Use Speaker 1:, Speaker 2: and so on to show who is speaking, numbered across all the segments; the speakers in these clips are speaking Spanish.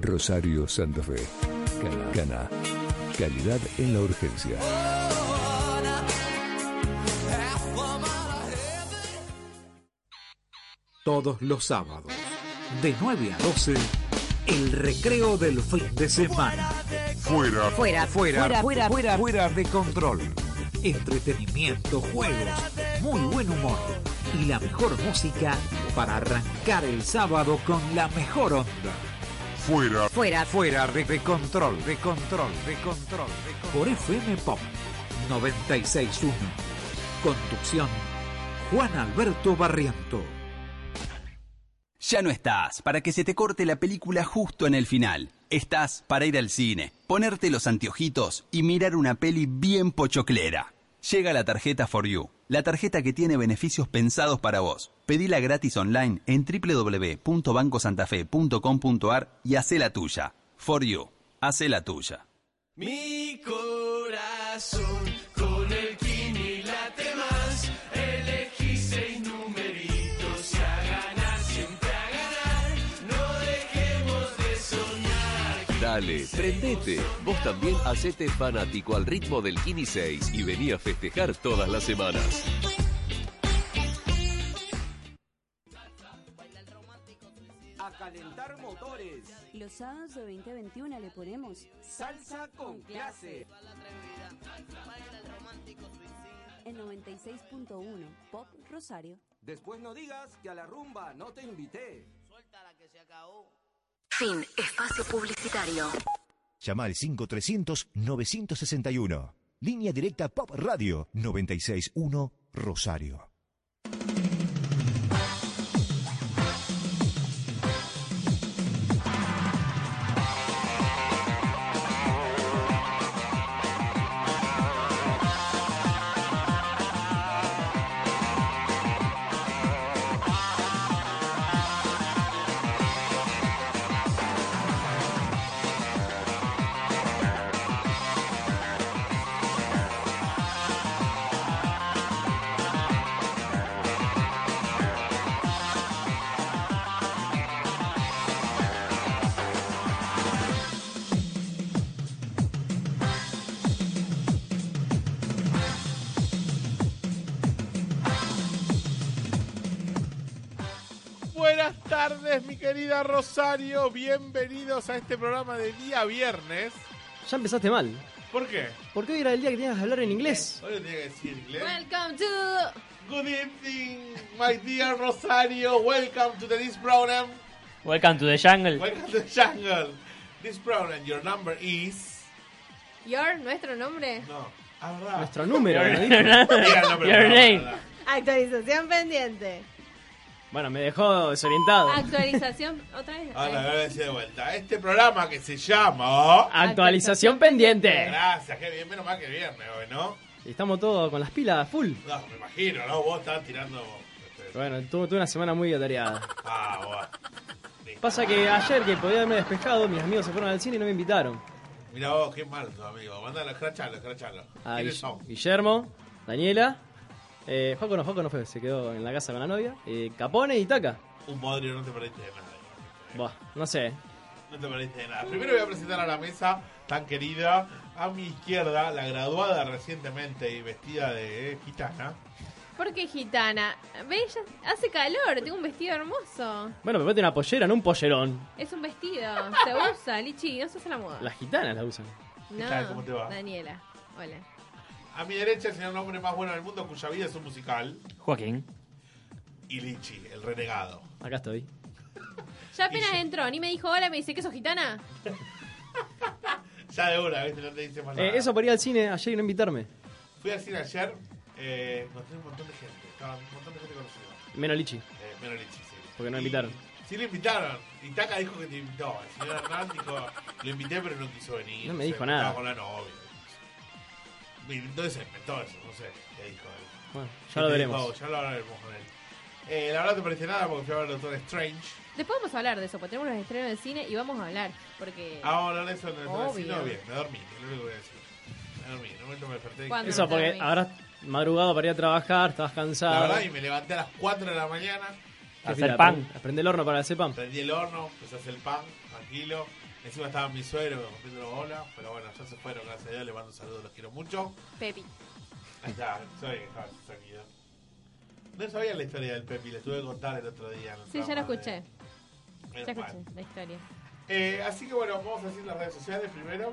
Speaker 1: Rosario Santa Fe. Cana. Cana. Calidad en la urgencia.
Speaker 2: Todos los sábados, de 9 a 12, el recreo del fin de semana.
Speaker 3: Fuera.
Speaker 4: Fuera,
Speaker 2: Fuera, fuera, fuera, fuera de control. Entretenimiento, juegos, muy buen humor y la mejor música para arrancar el sábado con la mejor onda.
Speaker 3: Fuera.
Speaker 4: fuera,
Speaker 2: Fuera de, de control, de control, de control, de control. Por FM Pop 96.1. Conducción. Juan Alberto Barriento.
Speaker 5: Ya no estás para que se te corte la película justo en el final. Estás para ir al cine, ponerte los anteojitos y mirar una peli bien pochoclera. Llega la tarjeta For You, la tarjeta que tiene beneficios pensados para vos. Pedila gratis online en www.bancosantafe.com.ar y hacé la tuya. For You, hacé la tuya.
Speaker 6: Mi corazón con el Kini late más. Elegí seis numeritos y a ganar, siempre a ganar. No dejemos de soñar.
Speaker 7: Dale, prendete. Vos también hacete fanático al ritmo del Kini 6 y vení a festejar todas las semanas.
Speaker 8: A calentar motores.
Speaker 9: Los sábados de 2021 le ponemos
Speaker 8: Salsa con clase.
Speaker 9: en 96.1 Pop Rosario.
Speaker 8: Después no digas que a la rumba no te invité.
Speaker 10: Fin espacio publicitario.
Speaker 11: Llama al 5300-961. Línea directa Pop Radio 961 Rosario.
Speaker 12: Buenas tardes, mi querida Rosario. Bienvenidos a este programa de día viernes.
Speaker 13: Ya empezaste mal.
Speaker 12: ¿Por qué?
Speaker 13: Porque hoy era el día que tenías que hablar en inglés.
Speaker 12: Hoy tenía que decir inglés.
Speaker 9: Welcome to
Speaker 12: Good evening, my dear Rosario. Welcome to the this program.
Speaker 13: Welcome to the jungle.
Speaker 12: Welcome to the jungle. This program, your number is.
Speaker 14: Your, nuestro nombre.
Speaker 12: No. Ah, verdad.
Speaker 13: Nuestro número.
Speaker 12: Your-
Speaker 13: ¿no dijo?
Speaker 12: Era el nombre,
Speaker 13: Your
Speaker 12: verdad,
Speaker 13: name.
Speaker 12: verdad.
Speaker 14: Actualización pendiente.
Speaker 13: Bueno, me dejó desorientado.
Speaker 14: Ah, Actualización otra vez.
Speaker 12: Ahora, ahora decía de vuelta. Este programa que se llama.
Speaker 13: Ah, Actualización
Speaker 12: ah,
Speaker 13: pendiente.
Speaker 12: Gracias, qué bien. Menos mal que viernes hoy, ¿no?
Speaker 13: Estamos todos con las pilas full.
Speaker 12: No, me imagino, ¿no? Vos estás tirando. este,
Speaker 13: Bueno, tuve, tuve una semana muy atareada.
Speaker 12: Ah, bueno. Listo.
Speaker 13: Pasa que ayer que podía haberme despejado, mis amigos se fueron al cine y no me invitaron.
Speaker 12: Mira vos, qué mal tu amigo. Mándalo, escrachalo, escrachalo.
Speaker 13: A
Speaker 12: ¿Quiénes
Speaker 13: Guill-
Speaker 12: son?
Speaker 13: Guillermo, Daniela, eh, Joco no, Joco no fue, se quedó en la casa con la novia, eh, Capone y Taca.
Speaker 12: Un bodrio, no te perdiste de nada.
Speaker 13: Buah, no sé.
Speaker 12: No te perdiste de nada. Primero voy a presentar a la mesa tan querida. A mi izquierda, la graduada recientemente y vestida de eh, gitana.
Speaker 14: Porque gitana. Ve, ya hace calor, tengo un vestido hermoso.
Speaker 13: Bueno, me mete una pollera, no un pollerón.
Speaker 14: Es un vestido, se usa, Lichi, no se hace la moda.
Speaker 13: Las gitanas la usan.
Speaker 14: No,
Speaker 12: tal? ¿Cómo te va?
Speaker 14: Daniela, hola.
Speaker 12: A mi derecha, el señor hombre más bueno del mundo, cuya vida es un musical.
Speaker 15: Joaquín.
Speaker 12: Y Lichi, el renegado.
Speaker 13: Acá estoy.
Speaker 14: Ya apenas
Speaker 12: Y yo-
Speaker 14: entró, ni me dijo hola, me dice que sos gitana.
Speaker 12: Ya de una, ¿viste? No te dice más
Speaker 13: Eh,
Speaker 12: nada.
Speaker 13: eso por ir al cine ayer y no invitarme.
Speaker 12: Fui al cine ayer. Eh, encontré un montón de gente. Estaba un montón de gente conocida.
Speaker 13: Menos Lichi.
Speaker 12: Eh, menos Lichi, sí.
Speaker 13: Porque no
Speaker 12: Y-
Speaker 13: invitaron.
Speaker 12: Sí le invitaron. Y Taca dijo que te invitó. El señor Hernán dijo, lo invité pero no quiso venir.
Speaker 13: No me
Speaker 12: Se
Speaker 13: dijo
Speaker 12: inventaba
Speaker 13: nada.
Speaker 12: con la novia. Y Entonces se inventó eso, no sé qué dijo él.
Speaker 13: Bueno,
Speaker 12: ¿Qué
Speaker 13: ya lo
Speaker 12: te
Speaker 13: veremos.
Speaker 12: dijo? Ya lo hablaremos con él. Eh, la verdad no te parece nada porque fui a ver Doctor Strange.
Speaker 14: Después vamos a hablar de eso, porque tenemos los estrenos de cine y vamos a hablar. Porque.
Speaker 12: Ah, vamos a hablar de eso en el
Speaker 14: Obvio.
Speaker 12: vecino. Bien, me dormí, es lo único que voy a decir. Me dormí, en un momento me desperté. y-
Speaker 14: ¿Cuándo
Speaker 13: Eso porque habrás madrugado para ir a trabajar, estabas
Speaker 12: La
Speaker 13: cansado.
Speaker 12: verdad, y me levanté a las 4 de la mañana.
Speaker 13: ¿Qué
Speaker 12: Hacer
Speaker 13: fila?
Speaker 12: pan.
Speaker 13: Pre- Prende el horno para hacer pan.
Speaker 12: Prendí el horno, empecé a hacer el pan, tranquilo. Encima estaba mi suegro rompiendo la bola, pero bueno, ya se fueron, gracias a Dios, les mando un saludo, los quiero mucho.
Speaker 14: Pepi.
Speaker 12: Ahí está, soy ah, sonido. No sabía la historia del Pepi, le tuve que contar el otro día. en el
Speaker 14: Sí, ya lo
Speaker 12: programa
Speaker 14: escuché.
Speaker 12: de-
Speaker 14: Ya
Speaker 12: Menos mal.
Speaker 14: escuché la historia.
Speaker 12: Eh, así que bueno, vamos a decir las redes sociales primero.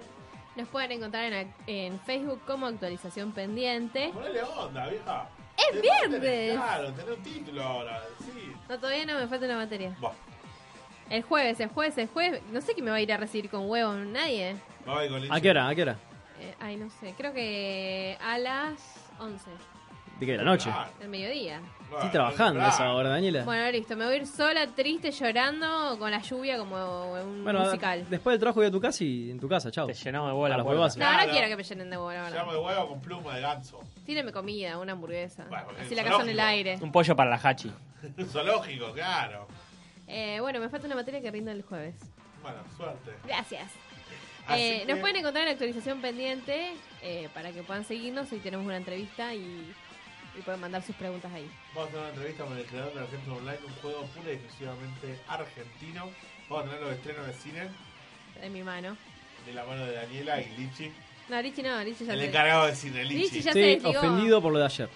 Speaker 14: Nos pueden encontrar en, ac- en Facebook como actualización pendiente.
Speaker 12: Ponele onda, vieja.
Speaker 14: ¡Es viernes!
Speaker 12: Claro, tener un título ahora, sí.
Speaker 14: No, todavía no me falta una materia.
Speaker 12: Buah.
Speaker 14: El jueves, el jueves, el jueves. No sé quién me va a ir a recibir con huevo, nadie.
Speaker 12: Vamos con
Speaker 13: ¿A qué hora? ¿A qué hora?
Speaker 14: Eh, ay, no sé. Creo que a las 11
Speaker 13: ¿De qué? ¿De la noche?
Speaker 12: Claro.
Speaker 14: del mediodía.
Speaker 13: Estoy trabajando a esa hora, Daniela.
Speaker 14: Bueno, listo. Me voy a ir sola, triste, llorando, con la lluvia como un
Speaker 13: Bueno,
Speaker 14: musical.
Speaker 13: después del trabajo voy a tu casa y en tu casa, chao. Te
Speaker 4: llenamos de bola.
Speaker 13: A los
Speaker 4: puerta.
Speaker 13: huevazos.
Speaker 14: No, ahora
Speaker 12: Claro.
Speaker 14: quiero que me llenen de huevo, la verdad.
Speaker 12: Llamo de huevo con pluma de ganso.
Speaker 14: Tíreme comida, una hamburguesa.
Speaker 12: porque
Speaker 14: Así
Speaker 12: el
Speaker 14: la cazo en el
Speaker 12: zoológico.
Speaker 14: aire.
Speaker 4: Un pollo para la hachi.
Speaker 12: Zoológico, claro.
Speaker 14: Eh, bueno, me falta una materia que rindo el jueves.
Speaker 12: Bueno, suerte.
Speaker 14: Gracias.
Speaker 12: Así
Speaker 14: Eh,
Speaker 12: que-
Speaker 14: Nos pueden encontrar en la actualización pendiente eh, para que puedan seguirnos. Hoy tenemos una entrevista y, y pueden mandar sus preguntas ahí.
Speaker 12: Vamos a tener una entrevista con el creador de Argentina Online, un juego pura y exclusivamente argentino. Vamos a tener los estrenos de cine
Speaker 14: De mi mano.
Speaker 12: de la mano de Daniela y Lichi.
Speaker 14: No, Lichi no, Lichi ya
Speaker 12: El
Speaker 14: se-
Speaker 12: encargado de cine, Lichi.
Speaker 14: Lichi ya se
Speaker 13: Estoy
Speaker 14: desligó.
Speaker 13: ofendido por lo de ayer.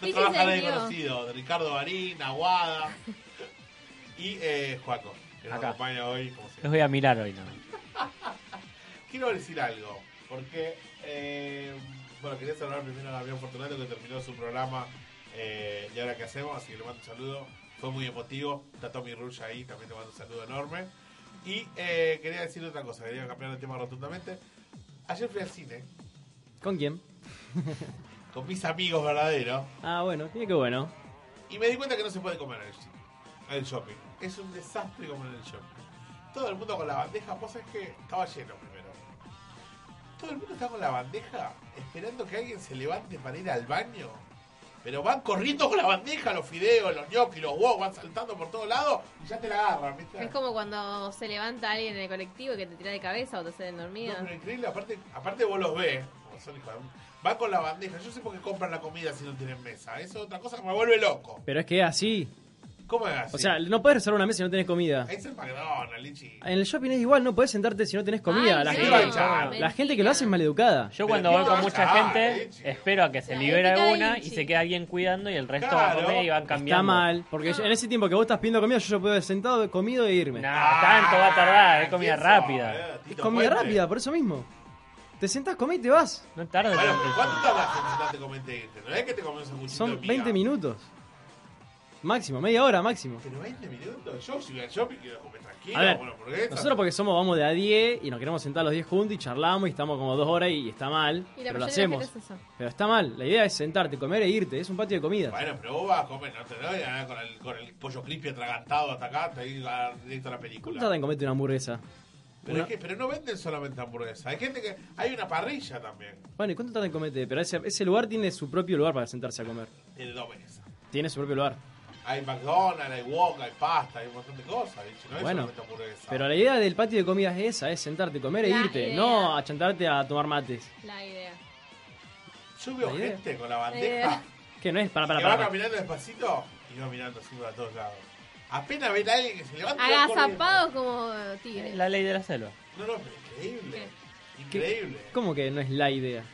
Speaker 12: No
Speaker 14: Lichi
Speaker 12: trabaja
Speaker 14: se
Speaker 12: nadie
Speaker 14: desligó.
Speaker 12: conocido. de Ricardo Barín, Aguada y eh, Juaco, que nos
Speaker 4: Acá.
Speaker 12: acompaña hoy. como siempre.
Speaker 4: Los voy a mirar hoy, ¿no?
Speaker 12: Quiero decir algo, porque, eh, bueno, quería saludar primero a Gabriel Fortunato que terminó su programa eh, y ahora qué hacemos, así que le mando un saludo. Fue muy emotivo, está Tommy Rush ahí, también le mando un saludo enorme. Y eh, quería decir otra cosa, quería cambiar el tema rotundamente. Ayer fui al cine
Speaker 13: ¿Con quién?
Speaker 12: con mis amigos verdaderos
Speaker 13: Ah, bueno, tiene que bueno.
Speaker 12: y me di cuenta que no se puede comer en el cine, en el shopping. Es un desastre comer en el shopping. Todo el mundo con la bandeja, vos sabés que estaba lleno primero. Todo el mundo está con la bandeja esperando que alguien se levante para ir al baño. Pero van corriendo con la bandeja, los fideos, los ñoquis, los huevos, van saltando por todos lados y ya te la agarran, ¿viste?
Speaker 14: Es como cuando se levanta alguien en el colectivo que te tira de cabeza o te hacen dormida.
Speaker 12: No, pero increíble, aparte, aparte vos los ves, como son hijos de- van con la bandeja. Yo sé por qué compran la comida si no tienen mesa. Eso es otra cosa que me vuelve loco.
Speaker 13: Pero es que es así.
Speaker 12: ¿Cómo es así?
Speaker 13: O sea, no puedes reservar una mesa si no tenés comida.
Speaker 12: es el McDonald's, Lichi.
Speaker 13: En el shopping es igual, no puedes sentarte si no tenés comida.
Speaker 12: Ay,
Speaker 13: la,
Speaker 12: sí,
Speaker 13: gente,
Speaker 12: claro.
Speaker 13: la gente que lo hace es maleducada.
Speaker 4: Yo cuando voy con mucha
Speaker 12: eh,
Speaker 4: gente, espero a que se libere
Speaker 13: ética de
Speaker 4: alguna y
Speaker 13: Vinci.
Speaker 4: se queda alguien cuidando y el resto va a
Speaker 13: Claro.
Speaker 4: comer y van cambiando.
Speaker 13: Está mal, porque en ese tiempo que vos estás pidiendo comida, yo ya puedo haber sentado, comido e irme.
Speaker 4: No, tanto va a tardar, es
Speaker 12: Ah,
Speaker 4: comida
Speaker 13: ¿qué
Speaker 12: Eh,
Speaker 4: rápida.
Speaker 13: Es comida rápida, por eso mismo. Te sentás, comés y te vas.
Speaker 4: No tarda
Speaker 12: Bueno, pero ¿cuánto tardas en sentarte a comer y irte? ¿No es que te comes un cuchito de
Speaker 13: Son
Speaker 12: miga?
Speaker 13: 20 minutos. Máximo, media hora máximo.
Speaker 12: Pero 20 minutos, yo si voy al shopping quiero comer tranquilo,
Speaker 13: A ver,
Speaker 12: bueno, porque
Speaker 13: nosotros porque somos, vamos de a 10 y nos queremos sentar los 10 juntos y charlamos y estamos como dos horas y está mal,
Speaker 12: Y la
Speaker 13: pero
Speaker 12: mayoría de
Speaker 13: lo
Speaker 12: la
Speaker 13: hacemos.
Speaker 12: gente es eso.
Speaker 13: Pero está mal, la idea es sentarte, comer e irte, es un patio de comida.
Speaker 12: Bueno, pero vos vas a comer, no te lo voy a ganar con el, con el pollo crispy atragantado hasta acá, te ir a- directo a la
Speaker 13: ¿Cómo
Speaker 12: película.
Speaker 13: tardan en comerte una hamburguesa?
Speaker 12: Pero,
Speaker 13: Una-
Speaker 12: es que, pero no venden solamente hamburguesa, hay gente que. Hay una parrilla también,
Speaker 13: Bueno, ¿y cuánto tardan en comerte? Pero ese, ese lugar tiene su propio lugar para sentarse a comer.
Speaker 12: el domes.
Speaker 13: Tiene su propio lugar.
Speaker 12: Hay McDonald's, hay wok, hay pasta, hay un montón de cosas, ¿viste? no es
Speaker 13: Bueno,
Speaker 12: solamente hamburguesa.
Speaker 13: Pero la idea del patio de comidas es esa, es sentarte, comer e
Speaker 14: La
Speaker 13: irte,
Speaker 14: idea.
Speaker 13: no achantarte a tomar mates.
Speaker 14: La idea.
Speaker 12: Yo veo
Speaker 13: la idea.
Speaker 12: gente este con la bandeja
Speaker 13: Que no es para para
Speaker 12: que va
Speaker 13: para.
Speaker 12: caminando despacito y va mirando así para todos lados. Apenas ven a alguien que se levanta. va corriendo.
Speaker 14: Agazapados como tigre.
Speaker 4: La ley de la selva.
Speaker 12: No, no, pero increíble. Increíble.
Speaker 13: ¿Cómo que no es la idea?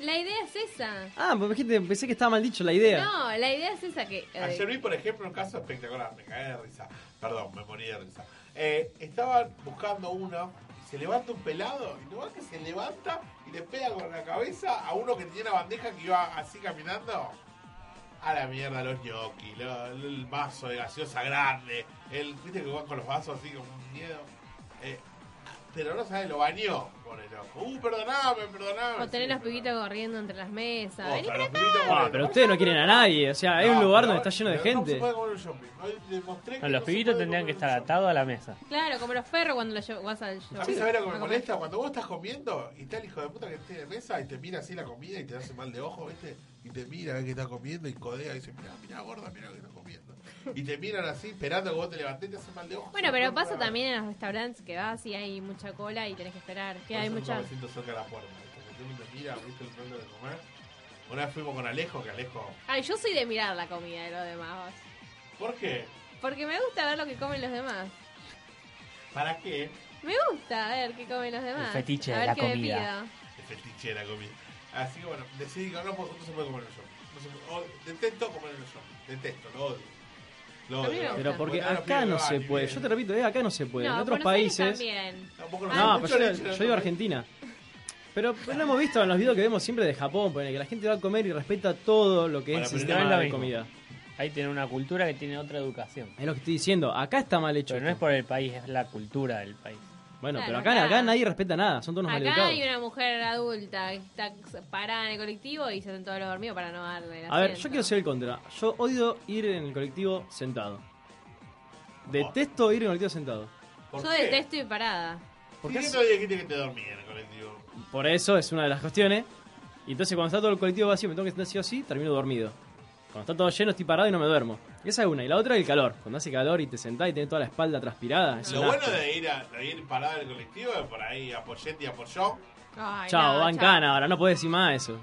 Speaker 14: La idea es esa.
Speaker 13: Ah, porque dijiste- pensé que estaba mal dicho la idea.
Speaker 14: No, la idea es esa que. eh,
Speaker 12: Ayer vi, por ejemplo, un caso espectacular. Me caí de risa. Perdón, me morí de risa. Eh, estaban buscando uno y se levanta un pelado y no va que se levanta y le pega con la cabeza a uno que tenía la bandeja que iba así caminando. A la mierda los gnocchi, lo- el vaso de gaseosa grande. El, ¿Viste que van con los vasos así con miedo? Eh, Pero no sabes, lo bañó con el ojo. Uh, perdoname, perdoname.
Speaker 14: O tener los pibitos corriendo entre las mesas.
Speaker 12: O
Speaker 14: Vení
Speaker 12: sea,
Speaker 14: para
Speaker 12: los
Speaker 14: acá.
Speaker 12: pibitos con
Speaker 13: Ah,
Speaker 12: el-
Speaker 13: pero ustedes no quieren a nadie. O sea, es un lugar donde está lleno de
Speaker 12: pero no se
Speaker 13: gente.
Speaker 12: puede comer un shopping. Hoy demostré
Speaker 4: No,
Speaker 12: que
Speaker 4: los
Speaker 12: no se
Speaker 4: pibitos
Speaker 12: puede
Speaker 4: tendrían que
Speaker 12: comer
Speaker 4: estar atados a la mesa.
Speaker 14: Claro, como los perros cuando los lle- vas al show.
Speaker 12: A mí, ¿sabés lo que me molesta? Cuando vos estás comiendo y está el hijo de puta que esté de mesa y te mira así la comida y te hace mal de ojo, ¿viste? Y te mira, ve que está comiendo y codea y dice, mirá, mirá, gorda, mirá lo que está comiendo. Y te miran así, esperando que vos te levantes y te hace mal de ojo.
Speaker 14: Bueno, pero
Speaker 12: No,
Speaker 14: pasa
Speaker 12: no,
Speaker 14: también en los restaurantes que vas y hay mucha cola y tenés que esperar. Que
Speaker 12: Por
Speaker 14: hay
Speaker 12: eso
Speaker 14: mucha.
Speaker 12: nunca me siento cerca de la puerta, ¿viste? Porque uno te mira, ¿viste? El momento de comer. Una vez fuimos con Alejo, que Alejo...
Speaker 14: Ay, yo soy de mirar la comida de los demás.
Speaker 12: ¿Por qué?
Speaker 14: Porque me gusta ver lo que comen los demás.
Speaker 12: ¿Para qué?
Speaker 14: Me gusta ver qué comen los demás.
Speaker 12: El fetiche
Speaker 14: a
Speaker 12: de
Speaker 14: ver
Speaker 12: la
Speaker 14: qué me
Speaker 12: comida.
Speaker 14: pido.
Speaker 12: El fetiche de la comida. Así que bueno, decidí que no, pues, no se puede comer en el shopping. No se puede- o- detesto comer en el shopping. Detesto, lo odio. Lo odio. lo
Speaker 13: Pero
Speaker 12: odio.
Speaker 13: porque
Speaker 12: ahora
Speaker 13: acá
Speaker 12: pido
Speaker 13: no
Speaker 12: que
Speaker 13: se
Speaker 12: bañe,
Speaker 13: puede.
Speaker 12: bien.
Speaker 13: Yo te repito, eh, acá no se puede. en otros
Speaker 14: Buenos Aires
Speaker 13: países.
Speaker 14: También.
Speaker 12: Tampoco no-
Speaker 13: No,
Speaker 12: mucho
Speaker 13: pero
Speaker 12: leche
Speaker 13: pues yo,
Speaker 12: no
Speaker 13: yo digo
Speaker 12: tomo.
Speaker 13: Argentina. Pero, pero lo hemos visto en los videos que vemos siempre de Japón, ponele, que la gente va a comer y respeta todo lo que
Speaker 4: Bueno,
Speaker 13: es el
Speaker 4: pero no es
Speaker 13: sistema
Speaker 4: lo
Speaker 13: de
Speaker 4: mismo.
Speaker 13: comida.
Speaker 4: Ahí tienen una cultura que tiene otra educación.
Speaker 13: Es lo que estoy diciendo. Acá está mal hecho.
Speaker 4: Pero no es por el país, es la cultura del país.
Speaker 13: Bueno,
Speaker 14: Claro,
Speaker 13: pero acá,
Speaker 14: acá-
Speaker 13: acá nadie respeta nada. Son todos unos
Speaker 14: Acá
Speaker 13: maleducados.
Speaker 14: hay una mujer adulta que está parada en el colectivo y se sentó a lo dormido para no darle la
Speaker 13: A ver, yo quiero ser el contra. Yo odio ir en el colectivo sentado. Detesto ir en el colectivo sentado.
Speaker 12: ¿Por
Speaker 14: Yo
Speaker 12: qué?
Speaker 14: detesto ir parada.
Speaker 12: ¿Por qué no dijiste que te dormía en el colectivo?
Speaker 13: Por eso es una de las cuestiones. Y entonces cuando está todo el colectivo vacío, me tengo que sentar así o sí, termino dormido. Cuando está todo lleno, estoy parado y no me duermo. Esa es una. Y la otra es el calor. Cuando hace calor y te sentás y tenés toda la espalda transpirada. es
Speaker 12: Lo
Speaker 13: un
Speaker 12: bueno
Speaker 13: asco.
Speaker 12: de ir, a, de ir parado en el colectivo es por ahí apoyete y apoyó.
Speaker 14: Ay,
Speaker 13: Chao,
Speaker 14: no,
Speaker 13: van
Speaker 14: chao.
Speaker 13: cana ahora, no podés decir más eso.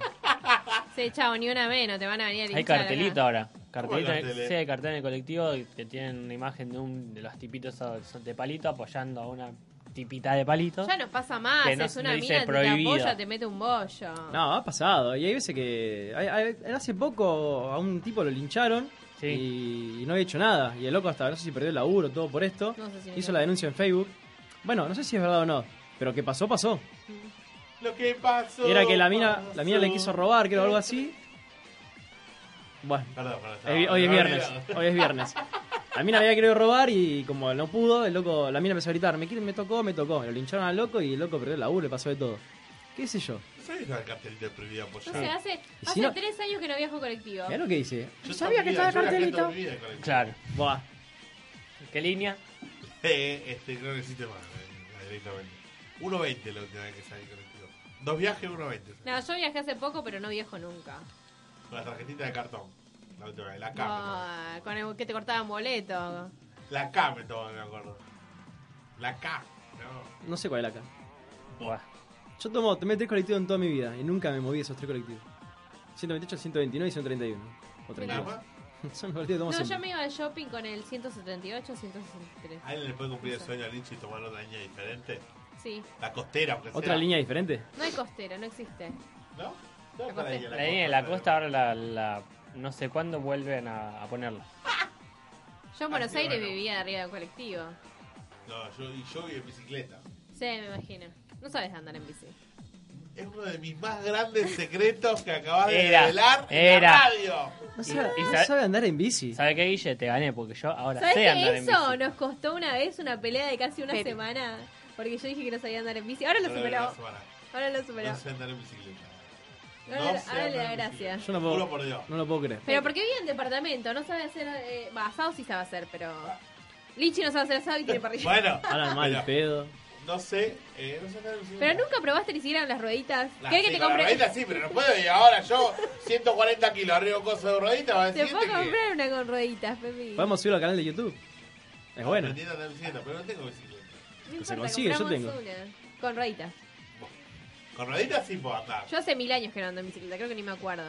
Speaker 14: Sí, chao, ni una menos, te van a venir a
Speaker 4: Hay
Speaker 14: linchar
Speaker 4: cartelito
Speaker 14: acá.
Speaker 4: ahora. Cartelito,
Speaker 12: hay carteles?
Speaker 4: sí, hay cartel en el colectivo que tienen una imagen de un de los tipitos esos de palito apoyando a una tipita de palito.
Speaker 14: Ya no pasa más,
Speaker 4: Que no-
Speaker 14: es
Speaker 4: no
Speaker 14: una
Speaker 4: dice
Speaker 14: mina que te
Speaker 4: prohibido.
Speaker 14: apoya, te mete un bollo.
Speaker 13: No, ha pasado. Y hay veces que. hay- hay- hace poco a un tipo lo lincharon y, y no había hecho nada. Y el loco hasta no sé si perdió el laburo, todo por esto.
Speaker 14: No sé si me
Speaker 13: hizo
Speaker 14: quedo.
Speaker 13: la denuncia en Facebook. Bueno, no sé si es verdad o no. Pero que pasó, pasó.
Speaker 12: Lo que pasó.
Speaker 13: Y era que la mina, la mina le
Speaker 12: pasó.
Speaker 13: quiso robar, creo, algo así. Bueno,
Speaker 12: Perdón, perdón,
Speaker 13: eh, vi- hoy es
Speaker 12: no,
Speaker 13: viernes.
Speaker 12: no.
Speaker 13: Hoy es viernes. La mina le había querido robar y como no pudo, el loco, la mina empezó a gritar, me, quiere- me tocó, me tocó. Lo lincharon al loco y el loco perdió el laburo, le pasó de todo. ¿Qué sé yo?
Speaker 12: ¿Sabes lo del cartelito de prohibido apoyar?
Speaker 14: No sé, hace,
Speaker 13: Y si
Speaker 14: hace
Speaker 13: no-
Speaker 14: tres años que no viajo colectivo.
Speaker 13: Mirá lo que dice.
Speaker 12: Yo
Speaker 14: sabía que estaba
Speaker 12: yo era gente
Speaker 14: cartelito.
Speaker 12: prohibida en el colectivo.
Speaker 4: Claro.
Speaker 13: Buah.
Speaker 4: ¿Qué línea?
Speaker 12: Eh, este, creo que existe más. eh, Directamente. 1.20 la última vez que salí colectivo. Dos viajes, 1.20.
Speaker 14: No, yo viajé hace poco, pero no viajo nunca.
Speaker 12: Con la tarjetita de cartón. La última vez. La CAM.
Speaker 14: Ah, con el que te cortaban boleto.
Speaker 12: La K me tomó, me acuerdo. La K. No.
Speaker 13: No sé cuál es la cara. Yo tomo, tomé tres colectivos en toda mi vida y nunca me moví de esos tres colectivos. 128, 129 y 131. O
Speaker 14: Mirá.
Speaker 13: 32. Son los colectivos que
Speaker 14: No,
Speaker 13: tomo siempre.
Speaker 14: yo me iba al shopping con el 178, 163.
Speaker 12: ¿Alguien le puede cumplir el sueño a Lynch y tomar otra línea diferente?
Speaker 14: Sí.
Speaker 12: La costera, aunque sea.
Speaker 13: ¿Otra línea diferente?
Speaker 14: No hay costera, no existe.
Speaker 12: ¿No?
Speaker 14: La
Speaker 12: está ahí,
Speaker 14: costera.
Speaker 4: La línea de la costa ahora la, la- no sé cuándo vuelven a, a ponerla.
Speaker 14: Yo en Buenos
Speaker 12: Así,
Speaker 14: Aires
Speaker 12: bueno.
Speaker 14: vivía de arriba del colectivo.
Speaker 12: No, yo, y yo voy en bicicleta.
Speaker 14: Sí, me imagino. No sabes andar en bici.
Speaker 12: Es uno de mis más grandes secretos que acabas de
Speaker 4: Era,
Speaker 12: revelar en
Speaker 4: era.
Speaker 12: la radio.
Speaker 13: No sabe, no sabe andar en bici.
Speaker 4: ¿Sabe qué, Guille? Te gané porque yo ahora
Speaker 14: ¿Sabes
Speaker 4: sé andar
Speaker 14: que
Speaker 4: en bici.
Speaker 14: eso nos costó una vez una pelea de casi una semana? Porque yo dije que no sabía andar en bici. Ahora lo
Speaker 12: No veo la
Speaker 14: superó.
Speaker 12: semana.
Speaker 14: Ahora lo superó.
Speaker 12: No sé andar en bicicleta.
Speaker 14: Ahora,
Speaker 12: no sé
Speaker 14: ahora le da
Speaker 12: andar en
Speaker 14: gracia.
Speaker 13: Yo no puedo.
Speaker 12: Juro por Dios.
Speaker 13: No lo puedo creer.
Speaker 14: Pero porque vive en departamento, no sabe hacer. eh, Va, asado sí sabe hacer, pero. Lichi no sabe hacer asado y tiene parrilla.
Speaker 12: Bueno,
Speaker 13: Ahora mal
Speaker 12: pero
Speaker 13: pedo.
Speaker 12: no sé, eh, no sé andar en bicicleta.
Speaker 14: Pero nunca probaste ni siquiera las rueditas.
Speaker 12: La-
Speaker 14: ¿Querés
Speaker 12: sí,
Speaker 14: que te
Speaker 12: con la
Speaker 14: compre?
Speaker 12: ruedita sí, pero no puedo. Y ahora yo, 140 kilos arriba, cosa de ruedita, va a
Speaker 14: Te
Speaker 12: decir
Speaker 14: puedo comprar una con rueditas, Pepi.
Speaker 13: Podemos subirlo al canal de YouTube. Es bueno.
Speaker 12: Aprendí a andar en bicicleta, pero no tengo bicicleta.
Speaker 14: No
Speaker 13: que se
Speaker 14: importa,
Speaker 13: consigue, yo
Speaker 14: compramos
Speaker 13: tengo.
Speaker 14: una. Con rueditas.
Speaker 12: Con ruedita sí puedo andar.
Speaker 14: Yo hace mil años que no ando en bicicleta, creo que ni me acuerdo.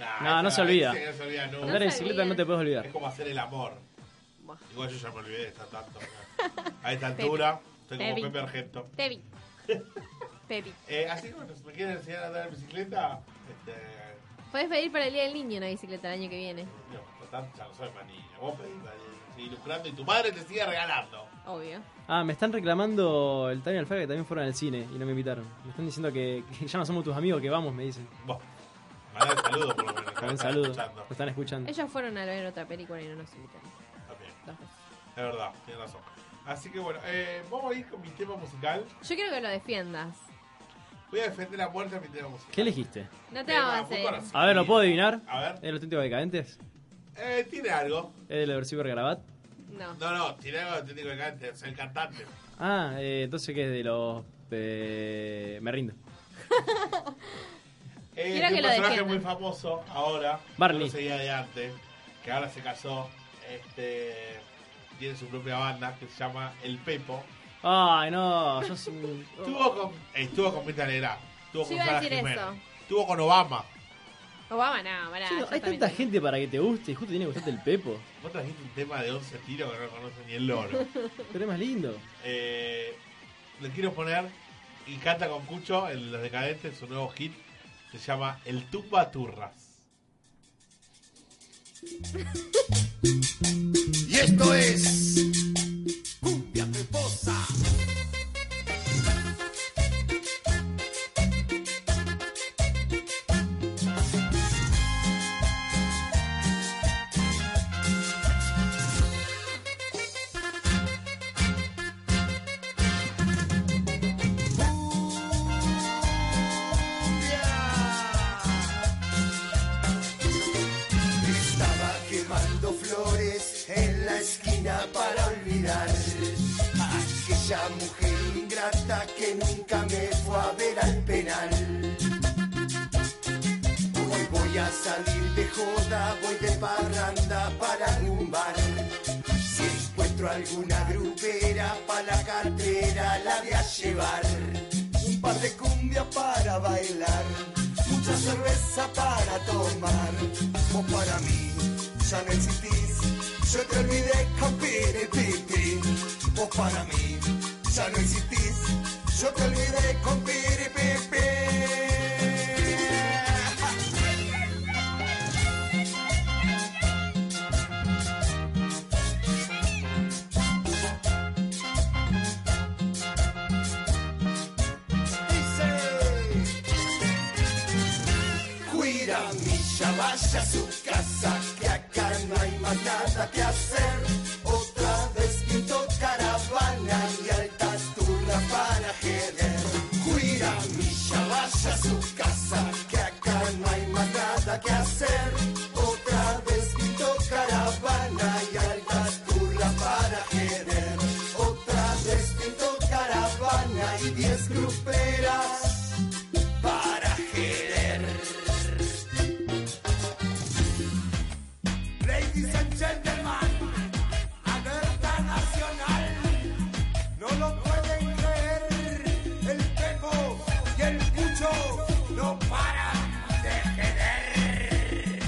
Speaker 12: Nah,
Speaker 13: No, no
Speaker 12: esa-
Speaker 13: se olvida.
Speaker 12: dice que no se olvida nunca.
Speaker 13: Andar en
Speaker 14: se
Speaker 13: bicicleta
Speaker 14: olvida.
Speaker 13: no te puedes olvidar.
Speaker 12: Es como hacer el amor.
Speaker 14: Buah.
Speaker 12: Igual yo ya me olvidé de estar tanto. A esta altura, estoy como
Speaker 14: Pepe.
Speaker 12: Pepe Argento.
Speaker 14: Pepi. Pepi.
Speaker 12: Eh, así que bueno, si me quieren enseñar a andar en bicicleta, este,
Speaker 14: Podés pedir para el Día del Niño una bicicleta el año que viene.
Speaker 12: no, por tanto, ya no soy manilla. Vos pedís para seguir lucrando y tu madre te sigue regalando.
Speaker 14: Obvio.
Speaker 13: Ah, me están reclamando el Tania y Alfred que también fueron al cine y no me invitaron. Me están diciendo que, que ya no somos tus amigos, que vamos, me dicen.
Speaker 12: Vos. Mandá un saludo por lo menos. que
Speaker 13: Un
Speaker 12: están
Speaker 13: saludo.
Speaker 12: escuchando.
Speaker 13: Me están escuchando.
Speaker 14: Ellos fueron a ver otra película y no nos invitaron.
Speaker 12: También.
Speaker 14: Dos veces.
Speaker 12: Es verdad, tienes razón. Así que bueno, eh, vamos a ir con mi tema musical.
Speaker 14: Yo quiero que lo defiendas.
Speaker 12: Voy a defender a muerte mi tema musical.
Speaker 13: ¿Qué elegiste?
Speaker 14: No te
Speaker 12: Tema
Speaker 14: hagas
Speaker 12: muy
Speaker 14: hacer.
Speaker 12: conocido.
Speaker 13: A ver, ¿lo puedo adivinar?
Speaker 12: A ver.
Speaker 13: ¿Es de los auténticos decadentes?
Speaker 12: Eh, tiene algo.
Speaker 13: ¿Es del versivo Garabat?
Speaker 14: No.
Speaker 12: No, no, tiene algo de Atlético de Cante, o sea, el cantante.
Speaker 13: Ah, eh, entonces ¿qué es de los... eh, me rindo.
Speaker 12: Eh,
Speaker 14: Quiero
Speaker 12: de
Speaker 14: que
Speaker 12: un
Speaker 14: lo
Speaker 12: personaje
Speaker 14: defiendan.
Speaker 12: muy famoso ahora.
Speaker 13: Barney.
Speaker 12: que No seguía de antes, que ahora se casó. Este. Tiene su propia banda que se llama El Pepo.
Speaker 13: Ay, no, yo soy...
Speaker 12: Estuvo con, estuvo con Pita Negra. Estuvo
Speaker 14: Yo
Speaker 12: con
Speaker 14: iba a
Speaker 12: Sara
Speaker 14: decir
Speaker 12: Jiménez.
Speaker 14: eso.
Speaker 12: Estuvo con Obama.
Speaker 14: Obama, no, pará. Ah,
Speaker 13: Chico,
Speaker 14: yo
Speaker 13: hay
Speaker 14: también
Speaker 13: tanta gente para que te guste y justo tiene que gustarte el Pepo.
Speaker 12: Vos trajiste un tema de 11 tiros que no conoce ni el loro.
Speaker 13: Pero es más lindo.
Speaker 12: Eh, le quiero poner y canta con Cucho en Los Decadentes su nuevo hit. Se llama El Tumba Turras.
Speaker 5: Y esto es Cumbia Peposa. Estaba quemando flores en la esquina para olvidar a aquella mujer ingrata que nunca me fue a ver al penal. Hoy voy a salir de joda, voy de parranda para algún bar. Si encuentro alguna grupera para la cartera la voy a llevar. Un par de cumbia para bailar, mucha cerveza para tomar. Vos para mí ya no existís, yo te olvidé campiri pipi. Vos para mí ya no existís, yo te olvidé campiri pipi. Cuida milla, vaya a su casa, que acá no hay más nada que hacer. Otra vez pintó caravana y altas turras para jeder. Cuida milla, vaya a su casa, que acá no hay más nada que hacer. Otra vez pintó caravana y altas turras para jeder. Otra vez pintó caravana y diez gruperas para jeder. Ladies and gentlemen, alerta nacional. No lo pueden creer, el Pepo y el Pucho no paran de querer.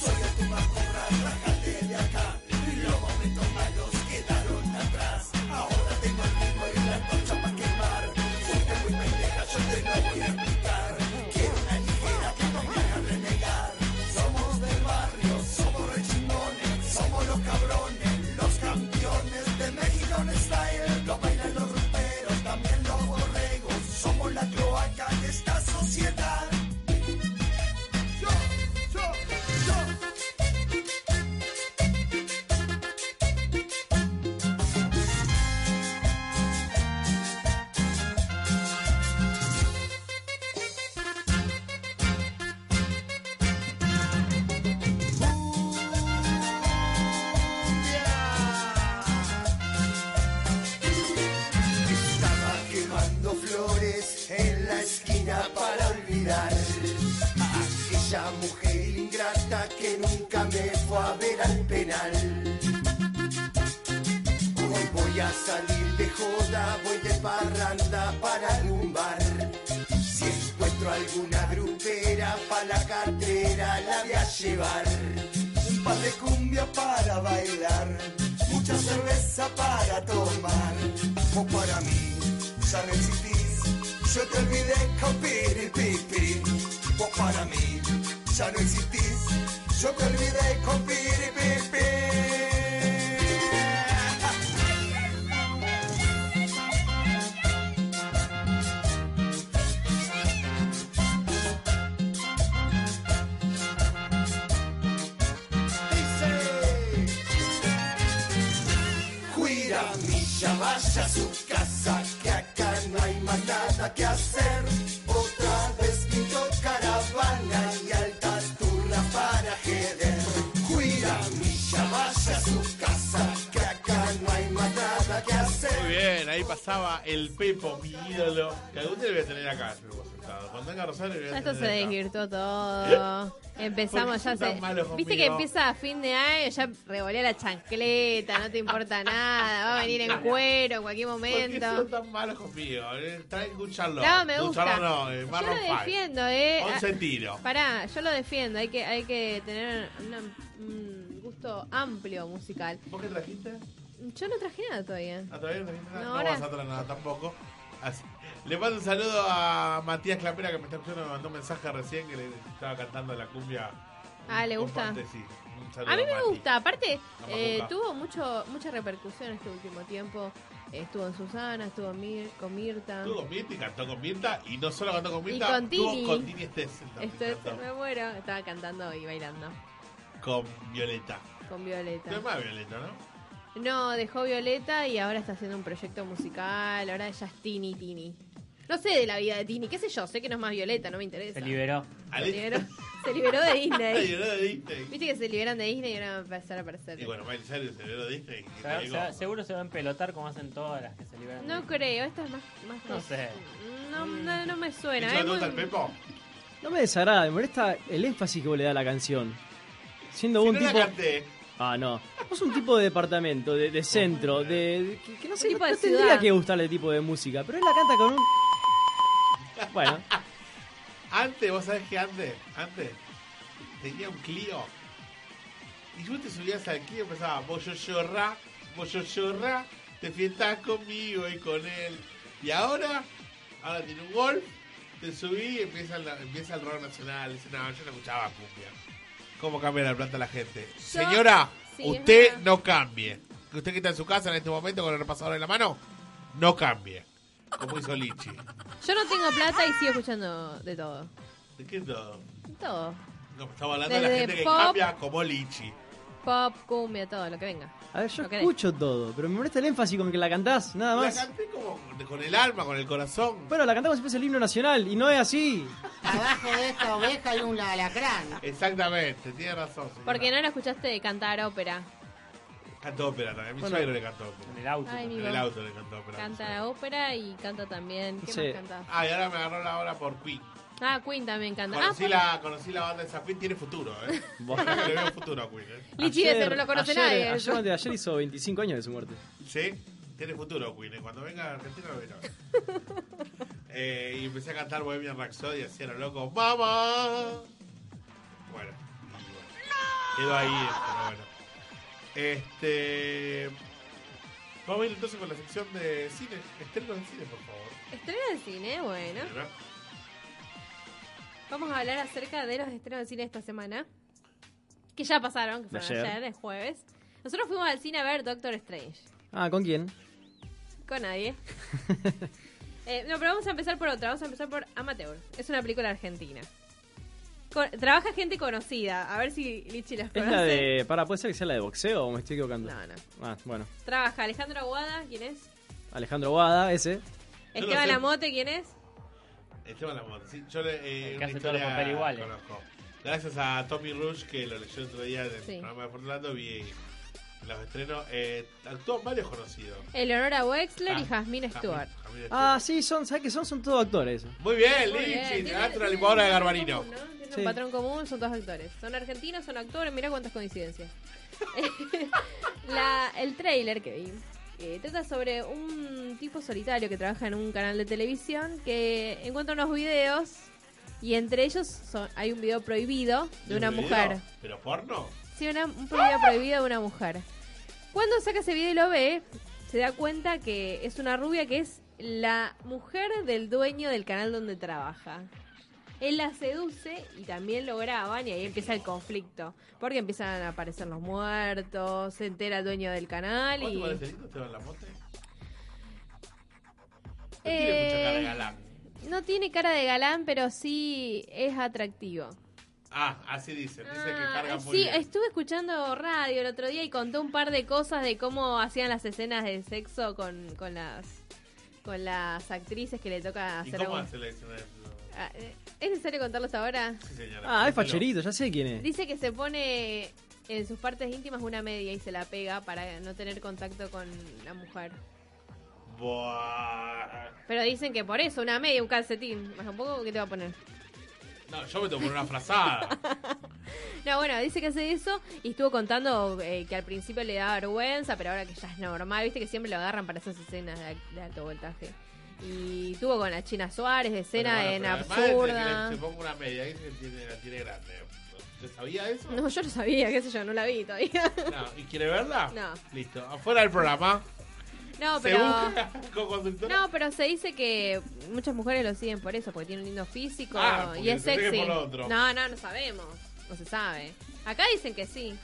Speaker 5: Soy el Tumacurra, rájate de acá. Y los momentos malos quedaron atrás. Ahora tengo el mismo y la antorcha para quemar. Fuiste muy pendeja, yo te lo voy a explicar. Quiero una ligera que no me haga renegar. Somos del barrio, somos rechimones, somos los cabrones, los campeones de México en style. Lo bailan los rumperos, también los borregos, somos la cloaca de esta sociedad. Yo, yo, yo. Estaba quemando flores en la esquina para olvidar a aquella mujer ingrata que nunca me fue a ver al penal. Hoy voy a salir de joda, voy de parranda para algún bar. Si encuentro alguna grupera para la cartera la voy a llevar. Un par de cumbia para bailar, mucha cerveza para tomar. Vos para mí ya no existís, yo te olvidé copiri pipi. Vos para mí ya no existís, yo te olvidé copiri pipi. Dice. Cuida mi
Speaker 12: pasaba el Pepo, mi ídolo. Que algún día lo voy a tener acá, yo lo voy a sentar. Cuando venga Rosario, lo voy a
Speaker 14: Esto
Speaker 12: tener
Speaker 14: se
Speaker 12: acá.
Speaker 14: desvirtuó todo. Empezamos
Speaker 12: son
Speaker 14: ya.
Speaker 12: tan
Speaker 14: se-
Speaker 12: malos
Speaker 14: Viste
Speaker 12: conmigo?
Speaker 14: que empieza a fin de año, ya revolea la chancleta, no te importa nada, va a venir en cuero en cualquier
Speaker 12: ¿Por qué son
Speaker 14: momento.
Speaker 12: tan malos conmigo? Eh, Traen un charlón.
Speaker 14: No, me
Speaker 12: Un
Speaker 14: gusta.
Speaker 12: charlón no, eh,
Speaker 14: Yo
Speaker 12: Maroon
Speaker 14: lo
Speaker 12: five.
Speaker 14: defiendo, eh.
Speaker 12: 11
Speaker 14: Ah,
Speaker 12: tiros.
Speaker 14: Pará, yo lo defiendo, hay que, hay que tener una- un gusto amplio musical.
Speaker 12: ¿Vos qué trajiste?
Speaker 14: Yo no traje nada todavía.
Speaker 12: ¿A través de la internet?
Speaker 14: No,
Speaker 12: Ah, No,
Speaker 14: ahora-
Speaker 12: vas a traer nada tampoco. Así. Le mando un saludo a Matías Clapera que me está escuchando, me mandó un mensaje recién que le estaba cantando la cumbia.
Speaker 14: Ah, ¿le
Speaker 12: Un
Speaker 14: gusta?
Speaker 12: parte, sí. Un saludo
Speaker 14: A mí me
Speaker 12: Mati.
Speaker 14: gusta, aparte
Speaker 12: La
Speaker 14: eh,
Speaker 12: macuca.
Speaker 14: tuvo mucho mucha repercusión este último tiempo. Estuvo en Susana, estuvo en Mir- con Mirta.
Speaker 12: Estuvo con Mirta y cantó con Mirta y no solo cantó con
Speaker 14: Y
Speaker 12: Mirta,
Speaker 14: con
Speaker 12: estuvo
Speaker 14: Tini.
Speaker 12: con Tini Stessel también
Speaker 14: Esto es,
Speaker 12: cantó.
Speaker 14: me muero. Estaba cantando y bailando
Speaker 12: con Violeta.
Speaker 14: con Violeta.
Speaker 12: No es más Violeta, ¿no?
Speaker 14: No, dejó Violeta y ahora está haciendo un proyecto musical. Ahora ella es Tini Tini. No sé de la vida de Tini, qué sé yo, sé que no es más Violeta, no me interesa.
Speaker 4: Se liberó.
Speaker 14: Se liberó, se liberó de
Speaker 12: Ay,
Speaker 14: Disney.
Speaker 12: lloró de Disney.
Speaker 14: Viste que se liberan de Disney y ahora van a empezar a aparecer.
Speaker 12: Y bueno, Miley Cyrus se lloró de Disney. y
Speaker 4: Se va-
Speaker 12: llegó.
Speaker 4: se va- seguro se va a empelotar como hacen todas las que se liberan.
Speaker 14: No creo, esto es más, más
Speaker 4: No sé.
Speaker 14: No, no, no me suena.
Speaker 12: ¿Eso
Speaker 14: es
Speaker 12: te gusta el
Speaker 14: muy-
Speaker 12: Pepo?
Speaker 13: No me desagrada, me molesta el énfasis que vos le das a la canción. Siendo vos
Speaker 12: no
Speaker 13: un
Speaker 12: la
Speaker 13: tipo.
Speaker 12: canté.
Speaker 13: Ah, no. Vos un tipo de departamento, de, de centro, de. de- que, que no sé,
Speaker 14: Tipo
Speaker 13: no,
Speaker 14: de
Speaker 13: no tendría
Speaker 14: ciudad.
Speaker 13: que gustarle el tipo de música, pero él la canta con un. Bueno,
Speaker 12: Antes, vos sabés que antes, antes, tenía un Clio. Y vos te subías al Clio y empezaba, vos yo llorá, vos yo llorá, te fiestas conmigo y con él. Y ahora, ahora tiene un golf, te subí y empieza el, empieza el rock nacional. Dice, no, yo no escuchaba cumbia. ¿Cómo cambia la planta la gente? Señora,
Speaker 14: Sí, es
Speaker 12: usted
Speaker 14: verdad.
Speaker 12: no cambie. Que Usted que está en su casa en este momento con el repasador en la mano, no cambie. Como hizo Lichi.
Speaker 14: Yo no tengo plata y sigo escuchando de todo.
Speaker 12: ¿De qué todo?
Speaker 14: De todo.
Speaker 12: No, estamos hablando de la
Speaker 14: Desde
Speaker 12: gente que
Speaker 14: pop-
Speaker 12: cambia como Lichi.
Speaker 14: Pop, cumbia, todo, lo que venga.
Speaker 13: a ver, yo
Speaker 14: ¿Lo querés?
Speaker 13: escucho todo, pero me molesta el énfasis con que la cantás, nada
Speaker 12: La
Speaker 13: más.
Speaker 12: canté como con el alma, con el corazón.
Speaker 13: Bueno, la cantamos si fuese el himno nacional, y no es así.
Speaker 15: Abajo de esta oveja hay un alacrán.
Speaker 12: Exactamente, tiene razón. señora.
Speaker 14: Porque no la escuchaste cantar ópera.
Speaker 12: Cantó ópera también. Mi
Speaker 13: Bueno.
Speaker 12: suegro le cantó ópera. En el auto.
Speaker 14: Ay, mi
Speaker 12: en el
Speaker 14: mamá.
Speaker 12: auto le cantó ópera.
Speaker 14: Canta ópera y canta también. ¿Qué
Speaker 12: Sí.
Speaker 14: más canta?
Speaker 12: Ah, y ahora me agarró la hora por Queen.
Speaker 14: Ah, Queen también canta. Ah,
Speaker 12: Conocí, la, conocí la banda de esa Queen, tiene futuro, ¿eh? Yo creo que le veo futuro a Queen, ¿eh?
Speaker 14: Lichi de ser, no lo conoce
Speaker 13: ayer,
Speaker 14: nadie.
Speaker 13: Ayer, antes de ayer hizo 25 años de su muerte.
Speaker 12: Sí, tiene futuro Queen, ¿eh? Cuando venga a Argentina lo verá. eh, y empecé a cantar Bohemian Rhapsody, así a lo loco. ¡Mamá! Bueno, y bueno. Quedó ahí, eh, pero bueno. Este. Vamos a ir entonces con la sección de cine. Estrenos de cine, por favor.
Speaker 14: Estreno de cine, bueno.
Speaker 12: ¿Verdad?
Speaker 14: Vamos a hablar acerca de los estrenos de cine esta semana. Que ya pasaron, que
Speaker 13: De
Speaker 14: fueron ayer,
Speaker 13: ayer.
Speaker 14: el jueves. Nosotros fuimos al cine a ver Doctor Strange.
Speaker 13: Ah, ¿con quién?
Speaker 14: Con nadie. Eh, no, pero vamos a empezar por otra. Vamos a empezar por Amateur. Es una película argentina. Co- trabaja gente conocida. A ver si Lichi las
Speaker 13: ¿Es
Speaker 14: conoce.
Speaker 13: la de. Para, ¿puede ser que sea la de boxeo o me estoy equivocando?
Speaker 14: No, no.
Speaker 13: Ah, bueno.
Speaker 14: Trabaja Alejandro Aguada, ¿quién es?
Speaker 13: Alejandro Guada, ese.
Speaker 12: lo
Speaker 14: Esteban
Speaker 12: sé.
Speaker 14: Lamote, ¿quién es?
Speaker 12: Esteban Lamote, sí. Yo le. Eh,
Speaker 4: El que
Speaker 12: una
Speaker 4: hace todos los
Speaker 12: historia
Speaker 4: papeles iguales.
Speaker 12: Conozco. Gracias a Tommy Rush que lo leyó el otro día del
Speaker 14: Sí.
Speaker 12: programa de Fortnite, vi los estrenos. Eh, actuó varios conocidos.
Speaker 14: Eleonora Wexler y Jasmine
Speaker 12: Ah, Jasmine-
Speaker 14: Stewart.
Speaker 12: Jasmine Stewart.
Speaker 13: Ah, sí, son, ¿sabés que son? Son todos actores.
Speaker 12: Muy bien,
Speaker 14: Muy bien,
Speaker 12: Lichi.
Speaker 14: tiene-
Speaker 12: Date una
Speaker 14: tiene
Speaker 12: licuadora de
Speaker 14: un patrón
Speaker 12: garbarino.
Speaker 14: común, ¿no? Tiene
Speaker 12: Sí.
Speaker 14: un patrón común, son todos actores. Son argentinos, son actores, mira cuántas coincidencias. La- el trailer que vi eh, trata sobre un tipo solitario que trabaja en un canal de televisión que encuentra unos videos y entre ellos son- hay un video prohibido de una
Speaker 12: ¿Video?
Speaker 14: mujer.
Speaker 12: ¿Pero porno?
Speaker 14: Sí, una- un video prohibido de una mujer. Cuando saca ese video y lo ve, se da cuenta que es una rubia que es la mujer del dueño del canal donde trabaja. Él la seduce y también lo graban y ahí empieza el conflicto. Porque empiezan a aparecer los muertos, se entera el dueño del canal
Speaker 12: ¿Cuánto
Speaker 14: y...
Speaker 12: parece lindo este Esteban Lamote? Tiene mucha cara de
Speaker 14: Eh,
Speaker 12: galán.
Speaker 14: no tiene cara de galán, pero sí es atractivo.
Speaker 12: Ah, así dicen. Dice que carga
Speaker 14: Ah,
Speaker 12: muy
Speaker 14: sí,
Speaker 12: bien.
Speaker 14: estuve escuchando radio el otro día y contó un par de cosas de cómo hacían las escenas de sexo con, con las con las actrices que le toca
Speaker 12: ¿Y
Speaker 14: hacer
Speaker 12: cómo
Speaker 14: algún-
Speaker 12: hace la edición de-
Speaker 14: Ah, eh, ¿Es necesario contarlos ahora?
Speaker 12: Sí, señora.
Speaker 13: Ah,
Speaker 12: Tranquilo.
Speaker 13: es facherito, ya sé quién es.
Speaker 14: Dice que se pone en sus partes íntimas una media y se la pega para no tener contacto con la mujer.
Speaker 12: Buah.
Speaker 14: Pero dicen que por eso, una media, un calcetín. Más un poco, ¿qué te va a poner?
Speaker 12: No, yo me tengo que poner una frazada.
Speaker 14: No, bueno, dice que hace eso y estuvo contando eh, que al principio le daba vergüenza, pero ahora que ya es normal, viste que siempre lo agarran para esas escenas de, de alto voltaje. Y tuvo con la China Suárez, escena
Speaker 12: Pero
Speaker 14: en
Speaker 12: bueno, pero además
Speaker 14: absurda.
Speaker 12: de que Se pongo una media y se tiene, la tiene grande. ¿Te sabía eso?
Speaker 14: No, yo no sabía, qué sé yo, no la vi todavía.
Speaker 12: No, ¿Y quiere verla?
Speaker 14: No.
Speaker 12: Listo. Afuera del programa.
Speaker 14: No,
Speaker 12: Se
Speaker 14: pero.
Speaker 12: busca co-conductora.
Speaker 14: No, pero se dice que muchas mujeres lo siguen por eso, porque tiene un lindo físico
Speaker 12: Ah, porque
Speaker 14: y es
Speaker 12: pensé que
Speaker 14: sexy.
Speaker 12: por otro.
Speaker 14: No, no, no sabemos. No se sabe. Acá dicen que sí.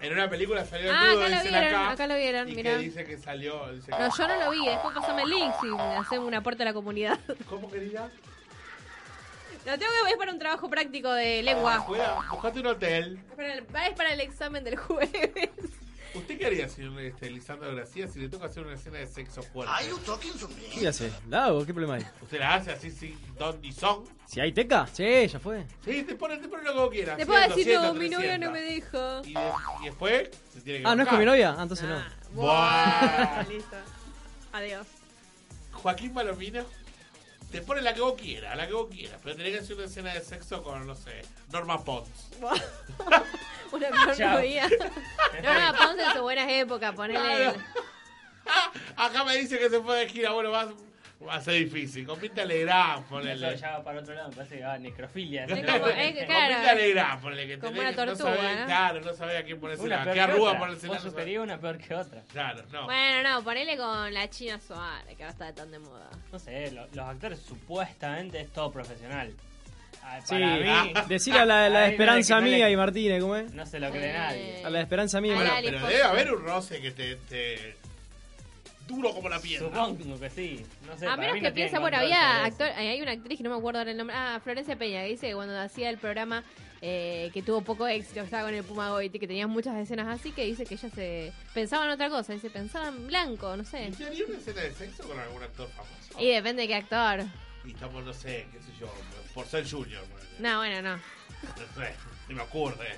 Speaker 12: En una película salió
Speaker 14: Ah,
Speaker 12: desnudo,
Speaker 14: acá lo
Speaker 12: dicen
Speaker 14: vieron,
Speaker 12: acá.
Speaker 14: acá, lo vieron,
Speaker 12: y
Speaker 14: mirá.
Speaker 12: que dice que salió. Dice
Speaker 14: No, yo no lo vi, después pasame el link si hacemos un aporte a la comunidad.
Speaker 12: ¿Cómo querida?
Speaker 14: Lo tengo que es para un trabajo práctico de lengua.
Speaker 12: Juega, buscate un hotel.
Speaker 14: Es para el- ah, es para el examen del jueves.
Speaker 12: ¿Usted qué haría, señor este, Lisandro García, si le toca hacer una escena de sexo fuerte?
Speaker 13: ¿Qué le hace? ¿La hago? ¿Qué problema hay?
Speaker 12: ¿Usted la hace así sin don ni son?
Speaker 13: ¿Si hay teca? Sí, ya fue.
Speaker 12: Sí, te pone, te pone lo que vos quieras.
Speaker 14: Te puedo
Speaker 12: 100,
Speaker 14: decir,
Speaker 12: 200,
Speaker 14: no, mi novia
Speaker 12: 300.
Speaker 14: no me dijo.
Speaker 12: Y, de- y después se tiene que
Speaker 13: Ah, ¿no
Speaker 12: bancar.
Speaker 13: es con mi novia? Ah, entonces no.
Speaker 12: Buah.
Speaker 14: Listo. Adiós.
Speaker 12: Joaquín Palomino te pone la que vos quieras, la que vos quieras. Pero tenés que hacer una escena de sexo con, no sé, Norma Pons.
Speaker 14: Una mejor
Speaker 12: Chao.
Speaker 14: novia. No, no, Ponce en sus buenas épocas, ponele.
Speaker 12: Claro. Acá me dice que se fue de gira. Bueno, va, va a ser difícil. Con Pinta Legrand,
Speaker 4: Eso
Speaker 12: ponele.
Speaker 4: ya va para otro lado, me parece que va necrofilia.
Speaker 12: Es
Speaker 4: ¿no?
Speaker 12: como- es que, claro, Con Pinta Legrand, ponele, que
Speaker 4: Como
Speaker 12: tenés
Speaker 4: una
Speaker 12: que-
Speaker 4: tortuga,
Speaker 12: No sabés,
Speaker 4: ¿no?
Speaker 12: Claro, no sabés a quién ponerse
Speaker 4: Una
Speaker 12: la.
Speaker 4: peor
Speaker 12: ¿Qué
Speaker 4: que
Speaker 12: arruga
Speaker 4: otra.
Speaker 12: ponerse
Speaker 4: Vos sugerías una peor que otra.
Speaker 12: Claro, no.
Speaker 14: Bueno, no, ponele con la China Suárez, que ahora está tan de moda.
Speaker 4: No sé, lo- los actores supuestamente es todo profesional. Ah,
Speaker 13: Sí,
Speaker 4: para mí-
Speaker 13: decirle a la, la
Speaker 4: Ahí
Speaker 13: de
Speaker 4: no
Speaker 13: esperanza
Speaker 4: le- no le-
Speaker 13: mía y Martínez, ¿cómo es?
Speaker 4: No se lo cree nadie.
Speaker 13: A la de esperanza mía. y
Speaker 12: Bueno,
Speaker 13: Martínez.
Speaker 12: pero
Speaker 14: pues.
Speaker 12: debe haber un roce que te, te- duro como la piedra.
Speaker 4: Supongo que sí. No sé,
Speaker 14: a
Speaker 4: para
Speaker 14: menos
Speaker 4: mí
Speaker 14: que
Speaker 4: no tienen
Speaker 14: piensa, bueno,
Speaker 4: control
Speaker 14: había
Speaker 4: sobre eso.
Speaker 14: actor, eh, hay una actriz que no me acuerdo ahora el nombre, ah, Florencia Peña, que dice que cuando hacía el programa eh, que tuvo poco éxito, que estaba con el Puma Goiti, que tenía muchas escenas así, que dice que ella se pensaba en otra cosa, dice, pensaba en blanco, no sé.
Speaker 12: ¿Usted haría una escena de sexo con algún actor famoso?
Speaker 14: Y depende de qué actor.
Speaker 12: Y estamos, no sé, qué sé yo, por ser Junior, ponele.
Speaker 14: No, bueno, no.
Speaker 12: no sé, se me ocurre.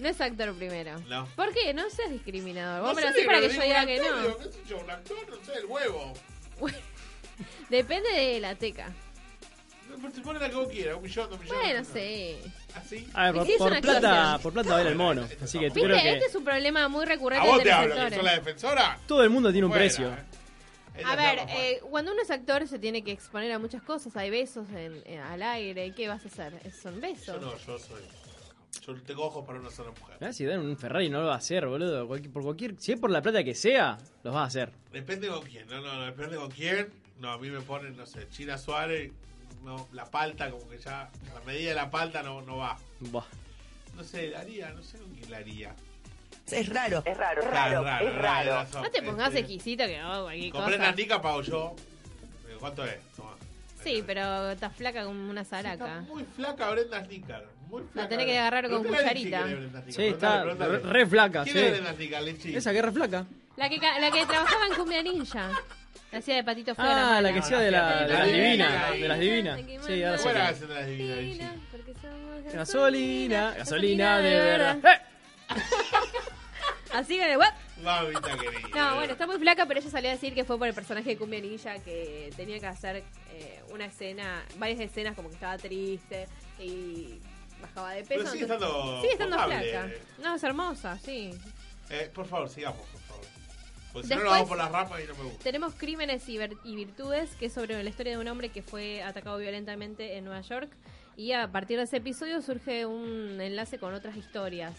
Speaker 14: No es actor primero.
Speaker 12: No.
Speaker 14: ¿Por qué? No seas discriminador. Vos
Speaker 12: No
Speaker 14: me
Speaker 12: sé,
Speaker 14: lo hacés para que yo
Speaker 12: digo,
Speaker 14: diga
Speaker 12: un
Speaker 14: que
Speaker 12: actor,
Speaker 14: no.
Speaker 12: digo, qué sé yo, un actor, no sé, el huevo.
Speaker 14: Depende de la teca.
Speaker 12: No, Se pone la que vos quieras, un millón, dos millones.
Speaker 14: Bueno, sí.
Speaker 12: ¿Así?
Speaker 13: A ver,
Speaker 14: Sí,
Speaker 13: por,
Speaker 14: es
Speaker 13: por
Speaker 14: una
Speaker 13: plata,
Speaker 14: actuación.
Speaker 13: por plata baila el mono. Así que
Speaker 14: Viste,
Speaker 13: creo
Speaker 14: este
Speaker 13: que
Speaker 14: es un problema muy
Speaker 12: A
Speaker 14: recurrente
Speaker 12: vos
Speaker 14: entre
Speaker 12: te
Speaker 14: los
Speaker 12: hablo, que
Speaker 14: actores.
Speaker 12: sos la defensora.
Speaker 13: todo el mundo tiene un
Speaker 12: Fuera,
Speaker 13: precio.
Speaker 12: eh.
Speaker 14: A ver, eh, cuando uno es actor se tiene que exponer a muchas cosas. Hay besos en- en- al aire. ¿Qué vas a hacer? Eh, Son
Speaker 12: Yo
Speaker 14: besos.
Speaker 12: no, yo soy. Yo tengo ojos para una sola mujer.
Speaker 13: Mirá, si dan un Ferrari no lo va a hacer, boludo. Cualquier- por cualquier, si es por la plata que sea, los va a hacer.
Speaker 12: Depende con quién, no, no, no, depende con quién. No, a mí me ponen, no sé, China Suárez, no, la palta, como que ya, la medida de la palta no, no va.
Speaker 13: Buah.
Speaker 12: No sé, la haría, no sé con quién la haría.
Speaker 16: Es raro. Es raro, es
Speaker 12: Claro,
Speaker 16: raro,
Speaker 12: raro,
Speaker 16: es
Speaker 12: raro,
Speaker 16: raro.
Speaker 12: razón.
Speaker 14: No te pongas
Speaker 12: Este,
Speaker 14: exquisito que hago cualquier
Speaker 12: Compré una
Speaker 14: cosa.
Speaker 12: nica, pago yo. Digo, ¿Cuánto es? Toma.
Speaker 14: Sí, pero estás flaca como una zaraca.
Speaker 12: Muy flaca Brenda Snicker. Muy flaca.
Speaker 14: La tenés que agarrar con
Speaker 12: Preguntale a Lichi
Speaker 14: cucharita.
Speaker 12: quién es Brenda Snicker,
Speaker 13: Sí, está
Speaker 12: preguntale,
Speaker 13: re,
Speaker 12: preguntale.
Speaker 13: re flaca,
Speaker 12: ¿Quién
Speaker 13: sí.
Speaker 12: es Brenda Snicker, Lichi?
Speaker 13: Esa que es re flaca.
Speaker 14: La que, ca- la que trabajaba en Cumbia Ninja. La hacía de patito feo.
Speaker 13: Ah, la
Speaker 14: mala.
Speaker 13: que hacía de, la, de las divinas. De las divinas. Sí, ahora
Speaker 12: ¿Cómo era la
Speaker 13: sí.
Speaker 12: escena de las divinas, Lichi?
Speaker 13: Gasolina, gasolina de verdad.
Speaker 14: Así con el web.
Speaker 12: Mamita querida.
Speaker 14: No, bueno, está muy flaca, pero ella salió a decir que fue por el personaje de Cumbia Ninja que tenía que hacer eh, una escena, varias escenas, como que estaba triste y bajaba de peso.
Speaker 12: Pero sigue
Speaker 14: entonces-
Speaker 12: estando
Speaker 14: Sigue estando
Speaker 12: potable.
Speaker 14: flaca. No, es hermosa, sí.
Speaker 12: Eh, por favor, sigamos, por favor. Porque si no,
Speaker 14: Después-
Speaker 12: lo hago por las ramas y no me gusta.
Speaker 14: Tenemos Crímenes y, Ver- y Virtudes, que es sobre la historia de un hombre que fue atacado violentamente en Nueva York. Y a partir de ese episodio surge un enlace con otras historias.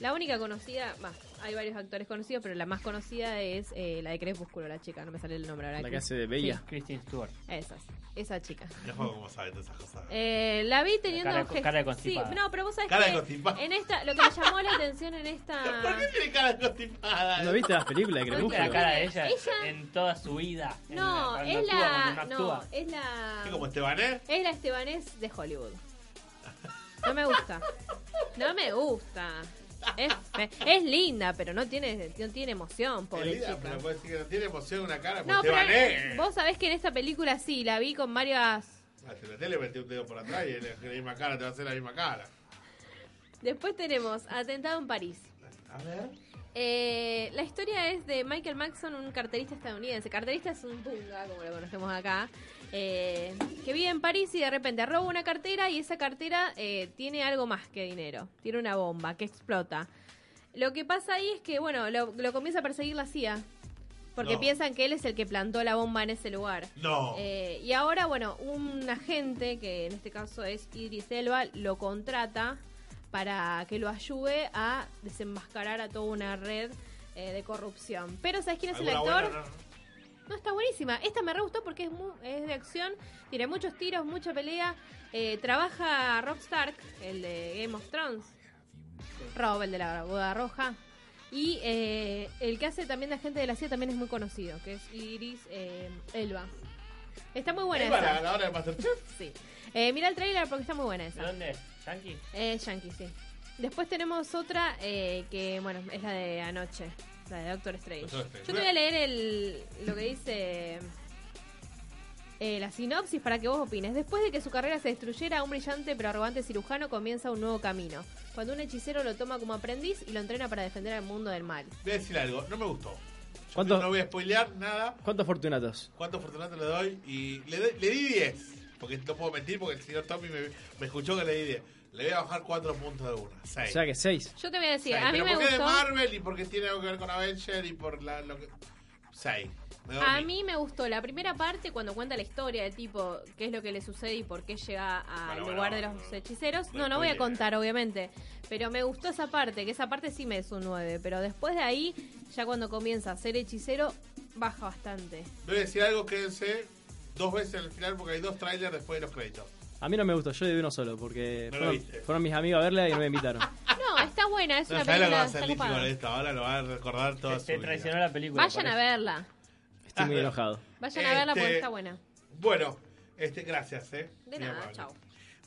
Speaker 14: La única conocida, bah, hay varios actores conocidos, pero la más conocida es eh, la de Crepúsculo, la chica, no me sale el nombre ahora.
Speaker 13: La que hace de Bella.
Speaker 4: Eh. Christine Stewart.
Speaker 14: Esa, esa chica.
Speaker 12: Es juego como sabe todas esas cosas.
Speaker 14: Eh, la vi teniendo
Speaker 12: Cara de-
Speaker 14: gest-
Speaker 12: cara de
Speaker 14: sí,
Speaker 12: constipada.
Speaker 14: no, pero vos sabés
Speaker 12: Cara de
Speaker 14: que
Speaker 12: constipada.
Speaker 14: en esta lo que me llamó la atención en esta
Speaker 12: ¿Por qué tiene cara de constipada?
Speaker 13: ¿No viste las películas de
Speaker 4: Nunca la
Speaker 13: Crepúsculo?
Speaker 4: cara de ella,
Speaker 14: Ella-
Speaker 4: en toda su vida. en
Speaker 14: No,
Speaker 4: la-
Speaker 14: es
Speaker 4: cuando actúa,
Speaker 14: la
Speaker 4: cuando
Speaker 14: no,
Speaker 4: actúa.
Speaker 14: es la
Speaker 12: ¿Qué, como eh? Estebanés?
Speaker 14: Es la Estebanés de Hollywood. No me gusta. No me gusta. Es, es linda, pero no tiene no tiene emoción, pobre
Speaker 12: Elida,
Speaker 14: chica.
Speaker 12: pero puede decir que no tiene emoción una cara como
Speaker 14: No, pero
Speaker 12: Estebanés.
Speaker 14: vos sabés que en esta película sí, la vi con varias
Speaker 12: Ah, si la tele metí un dedo por atrás y la, la misma cara te va a hacer la misma cara.
Speaker 14: Después tenemos Atentado en París.
Speaker 12: A ver.
Speaker 14: Eh, la historia es de Michael Maxon, un carterista estadounidense. Carterista es un punga, como lo conocemos acá. eh, que vive en París y de repente roba una cartera y esa cartera eh, tiene algo más que dinero. Tiene una bomba que explota. Lo que pasa ahí es que, bueno, lo, lo comienza a perseguir la CIA. Porque
Speaker 12: No.
Speaker 14: piensan que él es el que plantó la bomba en ese lugar.
Speaker 12: No.
Speaker 14: Eh, y ahora, bueno, un agente, que en este caso es Idris Elba, lo contrata para que lo ayude a desenmascarar a toda una red eh, de corrupción. Pero, ¿sabes quién es el
Speaker 12: ¿Alguna
Speaker 14: actor?
Speaker 12: buena? No, no.
Speaker 14: No, está buenísima. Esta me re gustó porque es, mu- es de acción, tiene muchos tiros, mucha pelea. Eh, trabaja Rob Stark, el de Game of Thrones. Rob, el de la boda roja. Y eh, el que hace también de agente de la CIA también es muy conocido, que es Iris eh, Elba. Está muy buena
Speaker 12: ¿Elba,
Speaker 14: esa.
Speaker 12: la ganadora de Masterchef?
Speaker 14: Sí. Eh, mira el trailer porque está muy buena esa.
Speaker 4: ¿De dónde? ¿Yankee?
Speaker 14: Eh, Yankee, sí. Después tenemos otra eh, que, bueno, es la de anoche, la de Doctor Strange.
Speaker 5: Doctor Strange.
Speaker 14: Yo te voy a leer el, lo que dice eh, la sinopsis para que vos opines. Después de que su carrera se destruyera, un brillante pero arrogante cirujano comienza un nuevo camino. Cuando un hechicero lo toma como aprendiz y lo entrena para defender al mundo del mal.
Speaker 12: Voy a decir algo, no me gustó.
Speaker 13: ¿Cuántos,
Speaker 12: No voy a spoilear nada.
Speaker 13: ¿Cuántos fortunatos?
Speaker 12: ¿Cuánto Fortunato le doy? Y le, doy- le di 10. Porque no puedo mentir porque el señor Tommy me, me escuchó que le di 10. Le voy a bajar 4 puntos de una. 6.
Speaker 13: O sea que seis.
Speaker 14: Yo te voy a decir,
Speaker 12: Seis.
Speaker 14: a mí
Speaker 12: Pero
Speaker 14: me
Speaker 12: porque es
Speaker 14: gustó.
Speaker 12: de Marvel y porque tiene algo que ver con Avenger y por la, lo que... 6.
Speaker 14: A mí me gustó la primera parte cuando cuenta la historia del tipo, qué es lo que le sucede y por qué llega al
Speaker 9: Bueno,
Speaker 14: lugar
Speaker 9: bueno,
Speaker 14: de
Speaker 12: mm,
Speaker 14: los hechiceros.
Speaker 9: no
Speaker 14: No, no voy a
Speaker 9: spoiler.
Speaker 14: contar, obviamente. Pero me gustó esa parte, que esa parte sí me es un 9. Pero después de ahí, ya cuando comienza a ser hechicero, baja bastante.
Speaker 12: Voy a decir algo, quédense dos veces al final porque hay dos trailers después de los créditos.
Speaker 13: A mí no me gustó, yo le di uno solo porque
Speaker 12: No lo
Speaker 13: fueron,
Speaker 12: viste.
Speaker 13: fueron mis amigos a verla y no me invitaron.
Speaker 14: No, está buena, es una
Speaker 12: No, ¿sabes lo que
Speaker 14: película.
Speaker 12: va a hacer
Speaker 14: Está
Speaker 12: Lizzy con
Speaker 14: copada.
Speaker 12: esto? Ahora lo va a recordar toda su
Speaker 4: Te
Speaker 12: vida.
Speaker 4: traicionó la película.
Speaker 14: Vayan a verla,
Speaker 13: Estoy muy enojado.
Speaker 14: vayan a verla porque
Speaker 12: Este,
Speaker 14: está buena.
Speaker 12: Bueno, este, gracias, ¿eh?
Speaker 14: De
Speaker 12: Muy
Speaker 14: nada,
Speaker 12: amable.
Speaker 14: chao.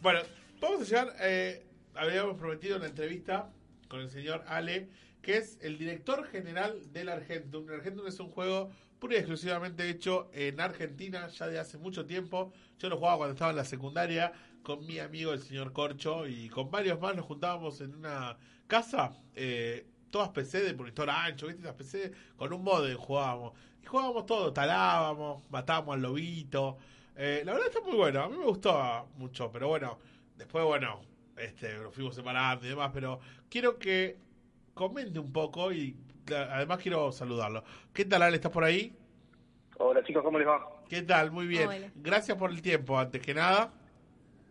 Speaker 12: Bueno, vamos a llegar. eh, habíamos prometido una entrevista con el señor Ale, que es el director general del Argentum. El Argentum es un juego pura y exclusivamente hecho en Argentina ya de hace mucho tiempo. Yo lo jugaba cuando estaba en la secundaria con mi amigo el señor Corcho y con varios más nos juntábamos en una casa, eh, todas PC de monitor ancho, ¿viste? Las PC con un modem jugábamos. Y jugábamos todo, talábamos, matábamos al lobito. Eh, la verdad está muy bueno, a mí me gustó mucho, pero bueno, después, bueno, este, nos fuimos separando y demás, pero quiero que comente un poco y cla- además quiero saludarlo. ¿Qué tal, Ale? ¿Estás por ahí?
Speaker 2: Hola chicos, ¿cómo les va?
Speaker 12: ¿Qué tal? Muy bien.
Speaker 2: Hola.
Speaker 12: Gracias por el tiempo, antes que nada.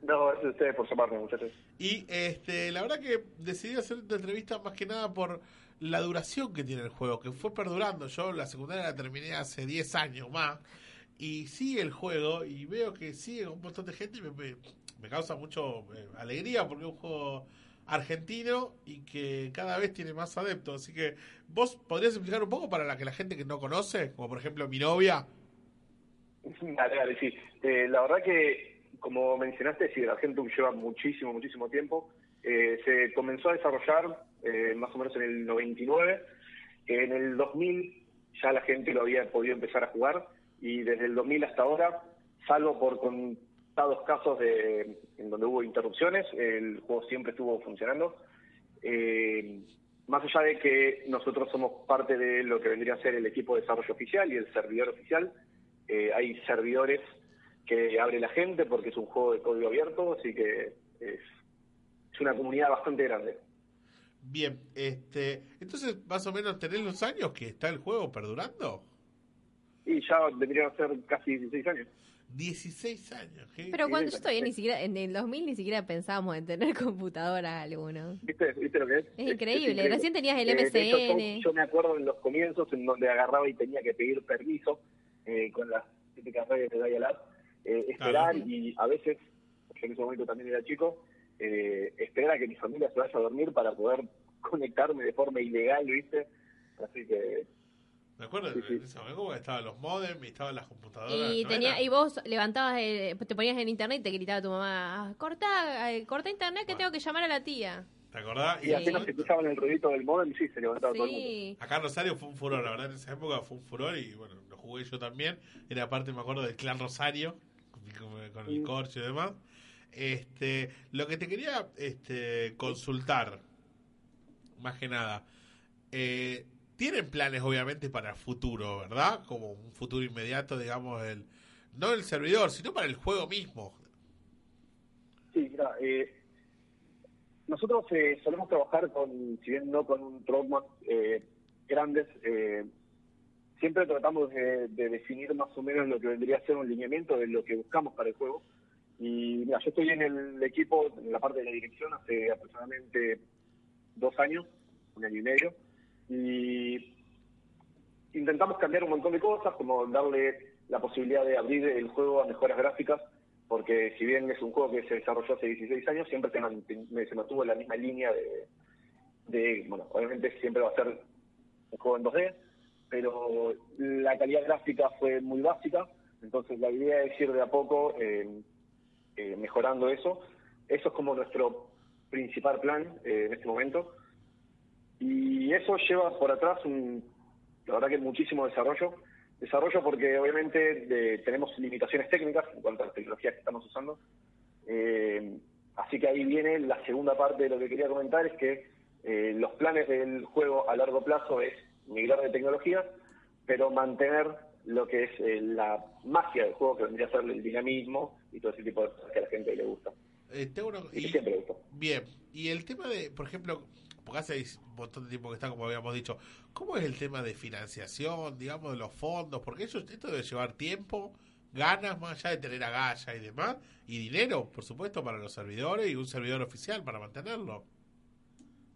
Speaker 2: No, gracias a ustedes por llamarme, muchachos.
Speaker 12: Y este, la verdad que decidí hacer esta entrevista más que nada por la duración que tiene el juego, que fue perdurando. Yo la secundaria la terminé hace 10 años más y sigue el juego y veo que sigue con un montón de gente y me, me- me causa mucho eh, alegría porque es un juego argentino y que cada vez tiene más adeptos. Así que vos podrías explicar un poco para la que la gente que no conoce, como por ejemplo mi novia.
Speaker 2: Dale, dale, sí. Eh, la verdad que, como mencionaste, sí, el Argentum lleva muchísimo, muchísimo tiempo. Eh, se comenzó a desarrollar eh, más o menos en el 99. En el 2000 ya la gente lo había podido empezar a jugar y desde el 2000 hasta ahora, salvo por contados casos de, en donde hubo interrupciones, el juego siempre estuvo funcionando. Eh, más allá de que nosotros somos parte de lo que vendría a ser el equipo de desarrollo oficial y el servidor oficial, eh, hay servidores que abre la gente porque es un juego de código abierto, así que es, es una comunidad bastante grande.
Speaker 12: Bien, este, entonces más o menos tenés los años que está el juego perdurando.
Speaker 2: Y ya deberían ser casi 16 años.
Speaker 12: 16 años. ¿qué?
Speaker 14: Pero cuando yo todavía
Speaker 12: eh,
Speaker 14: ni siquiera, en el 2000 ni siquiera pensábamos en tener computadora alguno.
Speaker 2: ¿Viste, viste lo que es?
Speaker 14: Es increíble, recién tenías
Speaker 12: Eh,
Speaker 14: el
Speaker 2: de hecho, yo-
Speaker 14: MSN.
Speaker 2: yo, me acuerdo en los comienzos en donde agarraba y tenía que pedir permiso eh, con las típicas redes de Dial-Up, eh, esperar y a veces, yo en ese momento también era chico, eh, esperar a que mi familia se vaya a dormir para poder conectarme de forma ilegal, ¿viste? Así que
Speaker 12: Me acuerdo en ese momento que estaban los modems y estaban las computadoras.
Speaker 14: Y,
Speaker 12: ¿no
Speaker 14: tenía,
Speaker 12: era?
Speaker 14: y vos levantabas, el- te ponías en internet y te gritaba tu mamá, "Ah, corta, eh, corta internet que tengo que llamar a la tía.
Speaker 12: ¿Te acordás?
Speaker 2: Y apenas escuchaban el ruidito del modem, sí, se levantaba todo el mundo.
Speaker 14: Sí.
Speaker 12: Acá en Rosario fue un furor, la verdad, en esa época fue un furor y bueno, lo jugué yo también. Era parte, me acuerdo, del clan Rosario, con- con el corcho y demás. Este, lo que te quería este, consultar, más que nada, Eh, tienen planes, obviamente, para el futuro, ¿verdad? Como un futuro inmediato, digamos, el, no el servidor, sino para el juego mismo.
Speaker 13: Sí, mira, eh, nosotros eh, solemos trabajar con, si bien no con roadmaps eh, grandes, eh, siempre tratamos de, de definir más o menos lo que vendría a ser un lineamiento de lo que buscamos para el juego. Y mira, yo estoy en el equipo, en la parte de la dirección, hace aproximadamente dos años, un año y medio, y intentamos cambiar un montón de cosas, como darle la posibilidad de abrir el juego a mejoras gráficas, porque si bien es un juego que se desarrolló hace 16 años, siempre se, mant- se mantuvo la misma línea de, de, bueno, obviamente siempre va a ser un juego en 2D, pero la calidad gráfica fue muy básica, entonces la idea es ir de a poco eh, eh, mejorando eso. Eso es como nuestro principal plan eh, en este momento. Y eso lleva por atrás, un, la verdad que muchísimo desarrollo. Desarrollo porque obviamente de- tenemos limitaciones técnicas en cuanto a las tecnologías que estamos usando. Eh, así que ahí viene la segunda parte de lo que quería comentar, es que eh, los planes del juego a largo plazo es migrar de tecnologías, pero mantener lo que es eh, la magia del juego, que vendría a ser el dinamismo y todo ese tipo de cosas que a la gente le gusta.
Speaker 12: Eh, tengo una-
Speaker 13: Y que
Speaker 12: y-
Speaker 13: siempre le gustó.
Speaker 12: Bien, y el tema de, por ejemplo, porque hace un montón de tiempo que está, como habíamos dicho, ¿cómo es el tema de financiación, digamos, de los fondos? Porque eso, esto debe llevar tiempo, ganas más allá de tener agallas y demás, y dinero, por supuesto, para los servidores y un servidor oficial para mantenerlo.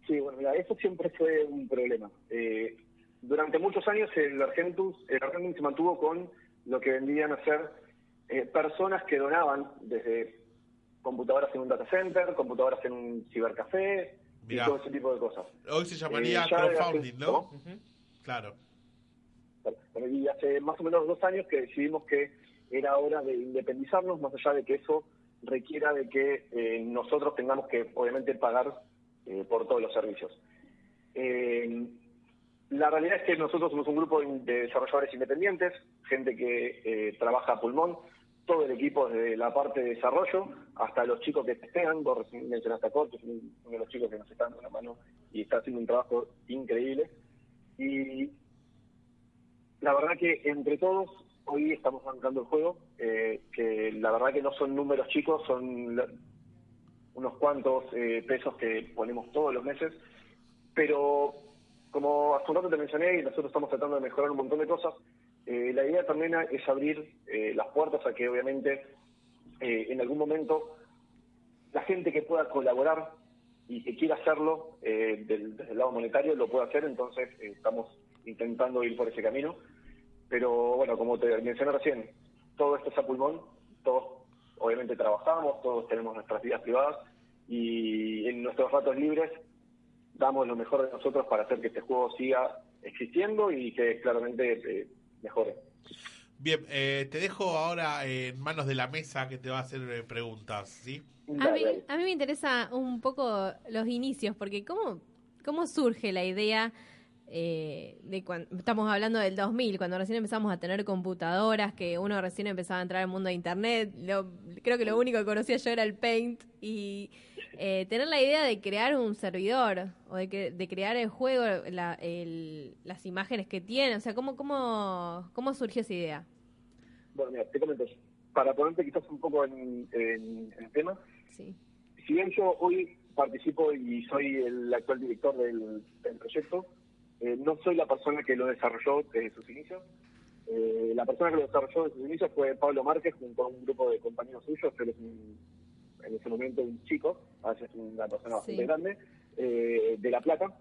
Speaker 13: Sí, bueno, mira, eso siempre fue un problema. Eh, durante muchos años el Argentus, el Argentum se mantuvo con lo que vendían a ser eh, personas que donaban desde computadoras en un data center, computadoras en un cibercafé
Speaker 12: Mirá.
Speaker 13: y todo ese tipo de cosas.
Speaker 12: Hoy se llamaría
Speaker 13: Eh, ya desde hace-
Speaker 12: crowdfunding, ¿no?
Speaker 13: ¿no?
Speaker 12: Claro.
Speaker 13: Bueno, Y hace más o menos dos años que decidimos que era hora de independizarnos, más allá de que eso requiera de que eh, nosotros tengamos que, obviamente, pagar eh, por todos los servicios. Eh, la realidad es que nosotros somos un grupo in- de desarrolladores independientes, gente que eh, trabaja a pulmón, todo el equipo desde la parte de desarrollo hasta los chicos que testean, vos recién mencionaste a Cor, que es un- uno de los chicos que nos está dando la mano y está haciendo un trabajo increíble. Y la verdad que entre todos hoy estamos bancando el juego, eh, que la verdad que no son números chicos, son la- unos cuantos eh, pesos que ponemos todos los meses, pero como hace un rato te mencioné y nosotros estamos tratando de mejorar un montón de cosas, eh, la idea también a- es abrir eh, las puertas a que obviamente eh, en algún momento la gente que pueda colaborar y que quiera hacerlo eh, del- desde el lado monetario lo pueda hacer, entonces eh, estamos intentando ir por ese camino. Pero bueno, como te mencioné recién, todo esto es a pulmón, todos obviamente trabajamos, todos tenemos nuestras vidas privadas y en nuestros ratos libres damos lo mejor de nosotros para hacer que este juego siga existiendo y que claramente eh, mejore.
Speaker 12: Bien, eh, te dejo ahora en manos de la mesa que te va a hacer eh, preguntas, ¿sí?
Speaker 14: A mí, a mí me interesa un poco los inicios, porque ¿cómo, cómo surge la idea eh, de cuando estamos hablando del 2000, cuando recién empezamos a tener computadoras, que uno recién empezaba a entrar al mundo de Internet? Lo- creo que lo único que conocía yo era el Paint y eh, tener la idea de crear un servidor o de, que- de crear el juego, la- el- las imágenes que tiene, o sea, ¿cómo, cómo, cómo surgió esa idea?
Speaker 13: Bueno, mira, te comento, para ponerte quizás un poco en, en- en el tema, si bien yo hoy participo y soy el actual director del, del proyecto, eh, no soy la persona que lo desarrolló desde sus inicios. Eh, la persona que lo desarrolló desde sus inicios fue Pablo Márquez junto a un grupo de compañeros suyos, él es un- en ese momento un chico, ahora ya es una persona bastante
Speaker 17: Sí.
Speaker 13: grande, eh, de La Plata.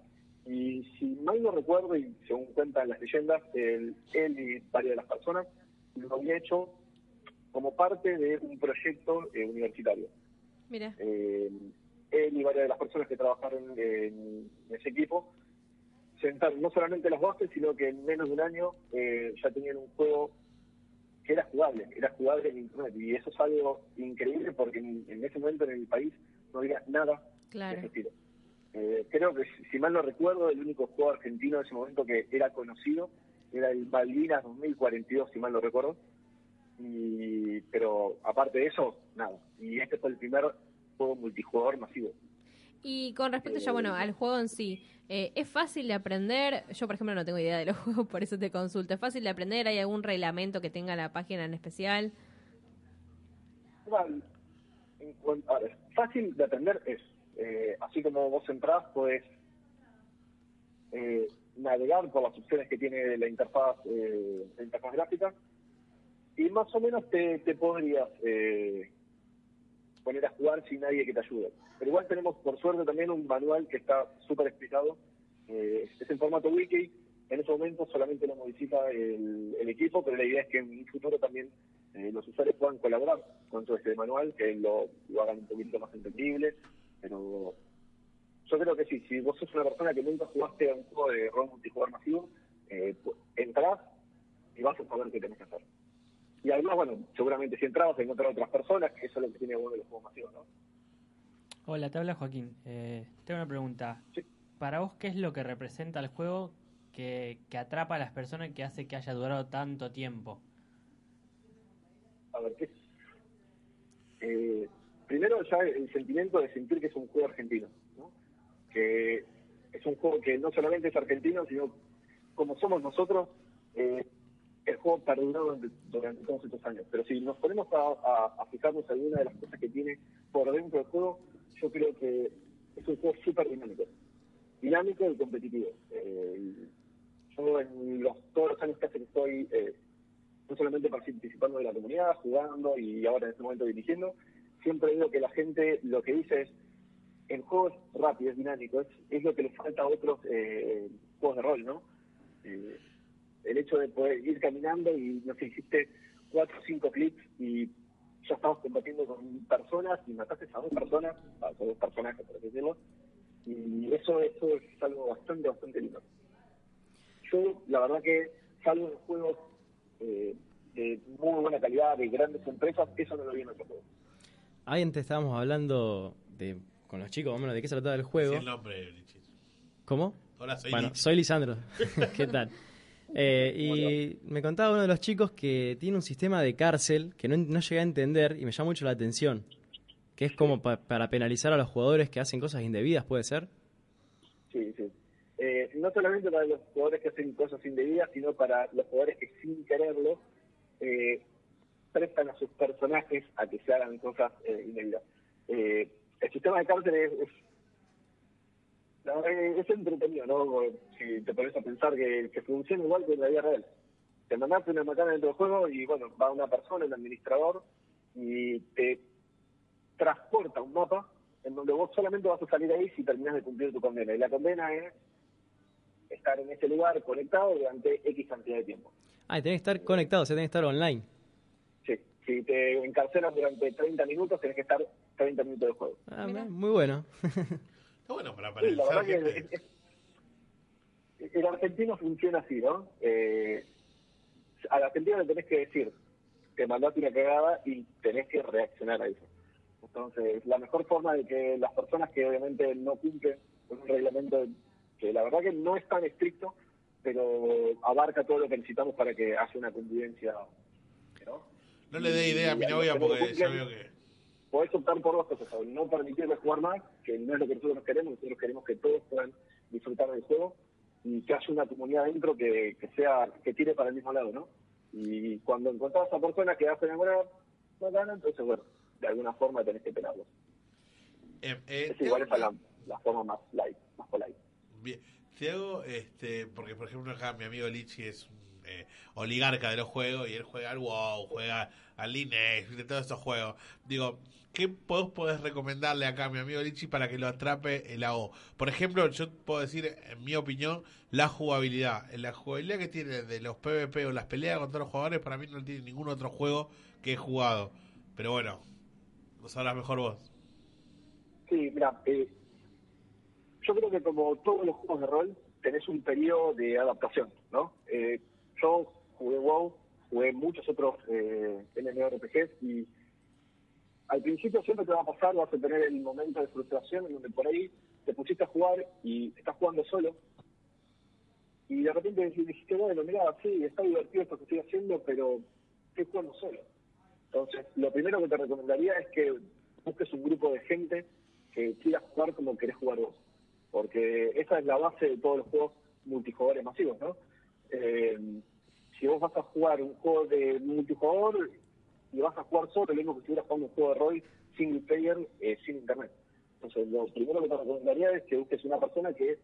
Speaker 13: Y si mal no recuerdo, y según cuentan las leyendas, él, él y varias de las personas lo había hecho como parte de un proyecto eh, universitario.
Speaker 14: Mira.
Speaker 13: Eh, él y varias de las personas que trabajaron en, en ese equipo sentaron no solamente las bases, sino que en menos de un año eh, ya tenían un juego que era jugable, era jugable en Internet. Y eso es algo increíble porque en, en ese momento en el país no había nada
Speaker 14: Claro.
Speaker 13: de ese estilo. Eh, creo que, si- si mal no recuerdo, el único juego argentino de ese momento que era conocido era el Malvinas 2042, si mal no recuerdo. Y, pero aparte de eso, nada. Y este fue el primer juego multijugador masivo.
Speaker 14: Y con respecto ya, bueno, al juego en sí, eh, ¿es fácil de aprender? Yo, por ejemplo, no tengo idea de los juegos, por eso te consulto. ¿Es fácil de aprender? ¿Hay algún reglamento que tenga la página en especial?
Speaker 2: Igual, en cuanto- a ver, fácil de aprender es, eh, así como vos entrás, podés eh, navegar por las opciones que tiene la interfaz, eh, la interfaz gráfica y más o menos te, te podrías eh, poner a jugar sin nadie que te ayude. Pero igual tenemos, por suerte, también un manual que está súper explicado. eh, es en formato wiki. En este momento solamente lo modifica el, el equipo, pero la idea es que en un futuro también eh, los usuarios puedan colaborar con todo este manual, que lo, lo hagan un poquito más entendible. Pero yo creo que sí, si vos sos una persona que nunca jugaste a un juego de rol multijugador masivo, eh, pu- entrás y vas a saber qué tenés que hacer. Y además, bueno, seguramente si entrabas a encontrar otras personas, que eso es lo que tiene bueno de los juegos masivos, ¿no?
Speaker 4: Hola, te habla Joaquín. Eh, tengo una pregunta. ¿Para vos qué es lo que representa el juego que, que atrapa a las personas y que hace que haya durado tanto tiempo?
Speaker 2: A ver, ¿qué es? Eh, primero ya el sentimiento de sentir que es un juego argentino, ¿no? Que es un juego que no solamente es argentino, sino como somos nosotros, eh, el juego perduró durante, durante todos estos años. Pero si nos ponemos a, a- a fijarnos alguna de las cosas que tiene por dentro del juego, yo creo que es un juego súper dinámico. Dinámico y competitivo. Eh, y yo en los, todos los años casi que estoy, eh, no solamente participando de la comunidad, jugando y ahora en este momento dirigiendo, siempre digo que la gente lo que dice es, el juego es rápido, es dinámico, es, es lo que le falta a otros eh, juegos de rol, ¿no? Eh, el hecho de poder ir caminando y no sé, hiciste cuatro o cinco clics y ya estabas combatiendo con personas y mataste a dos personas, a dos personajes, por así decirlo, y eso, eso es algo bastante, bastante lindo. Yo, la verdad que, salvo en juegos eh, de muy buena calidad, de grandes empresas, eso no lo vi en otro juego.
Speaker 13: Antes estábamos hablando de, con los chicos, más o menos, de qué se trataba el juego.
Speaker 12: Sí, el nombre, Lichi.
Speaker 13: ¿Cómo?
Speaker 12: Hola, soy
Speaker 13: bueno,
Speaker 12: Lichi.
Speaker 13: soy Lisandro. ¿Qué tal? Eh, y me contaba uno de los chicos que tiene un sistema de cárcel que no, no llegué a entender y me llama mucho la atención. Que es como pa- para penalizar a los jugadores que hacen cosas indebidas, ¿puede ser?
Speaker 2: Sí, sí. Eh, no solamente para los jugadores que hacen cosas indebidas, sino para los jugadores que sin quererlo eh, prestan a sus personajes a que se hagan cosas eh, indebidas. Eh, el sistema de cárcel es, es, la verdad que es entretenido, ¿no? Si te pones a pensar que, que funciona igual que en la vida real. Te mandaste una macana dentro del juego y, bueno, va una persona, el administrador, y te transporta un mapa en donde vos solamente vas a salir ahí si terminás de cumplir tu condena. Y la condena es estar en ese lugar conectado durante X cantidad de tiempo.
Speaker 13: Ah, y tenés que estar conectado, o sea, tenés que estar online.
Speaker 2: Sí. Si te encarcelan durante 30 minutos, tenés que estar 30 minutos de juego.
Speaker 13: Ah, muy bueno.
Speaker 12: Está bueno para
Speaker 2: Sí, la
Speaker 12: paralizar.
Speaker 2: verdad que el,
Speaker 12: este
Speaker 2: el- el argentino funciona así, ¿no? Eh, al argentino le tenés que decir, te mandaste una cagada y tenés que reaccionar a eso. Entonces, la mejor forma de que las personas que obviamente no cumplen con un reglamento que la verdad que no es tan estricto, pero abarca todo lo que necesitamos para que haya una convivencia.
Speaker 12: No le dé idea a mi novia porque yo veo que.
Speaker 2: Podés optar por dos cosas, o no permitirles jugar más, que no es lo que nosotros queremos, nosotros queremos que todos puedan disfrutar del juego, y que haya una comunidad adentro que, que sea que tire para el mismo lado, ¿no? Y cuando encontrás a personas que vas a enamorar, no gana, entonces, bueno, de alguna forma tenés que penarlos.
Speaker 12: Eh,
Speaker 2: es igual es la, la forma más light, más polite.
Speaker 12: Bien. Te hago, este, porque por ejemplo acá mi amigo Lichi es un eh, oligarca de los juegos y él juega al WoW, juega al Inex, de todos esos juegos. Digo, ¿qué vos podés recomendarle acá a mi amigo Lichi para que lo atrape el AO? Por ejemplo, yo puedo decir, en mi opinión, la jugabilidad. La jugabilidad que tiene de los PvP o las peleas contra los jugadores, para mí no tiene ningún otro juego que he jugado. Pero bueno, lo sabrás mejor vos.
Speaker 2: Sí, mira, eh, yo creo que como todos los juegos de rol, tenés un periodo de adaptación, ¿no? Eh, yo jugué WoW, jugué muchos otros eh, MMORPGs y al principio siempre te va a pasar, vas a tener el momento de frustración en donde por ahí te pusiste a jugar y estás jugando solo y de repente dijiste, bueno, mira, sí, está divertido esto que estoy haciendo, pero estoy jugando solo. Entonces, lo primero que te recomendaría es que busques un grupo de gente que quieras jugar como querés jugar vos. Porque esa es la base de todos los juegos multijugadores masivos, ¿no? Eh, si vos vas a jugar un juego de multijugador y vas a jugar solo, lo mismo que si hubieras jugando un juego de rol single player eh, sin internet. Entonces, lo primero que te recomendaría es que busques una persona que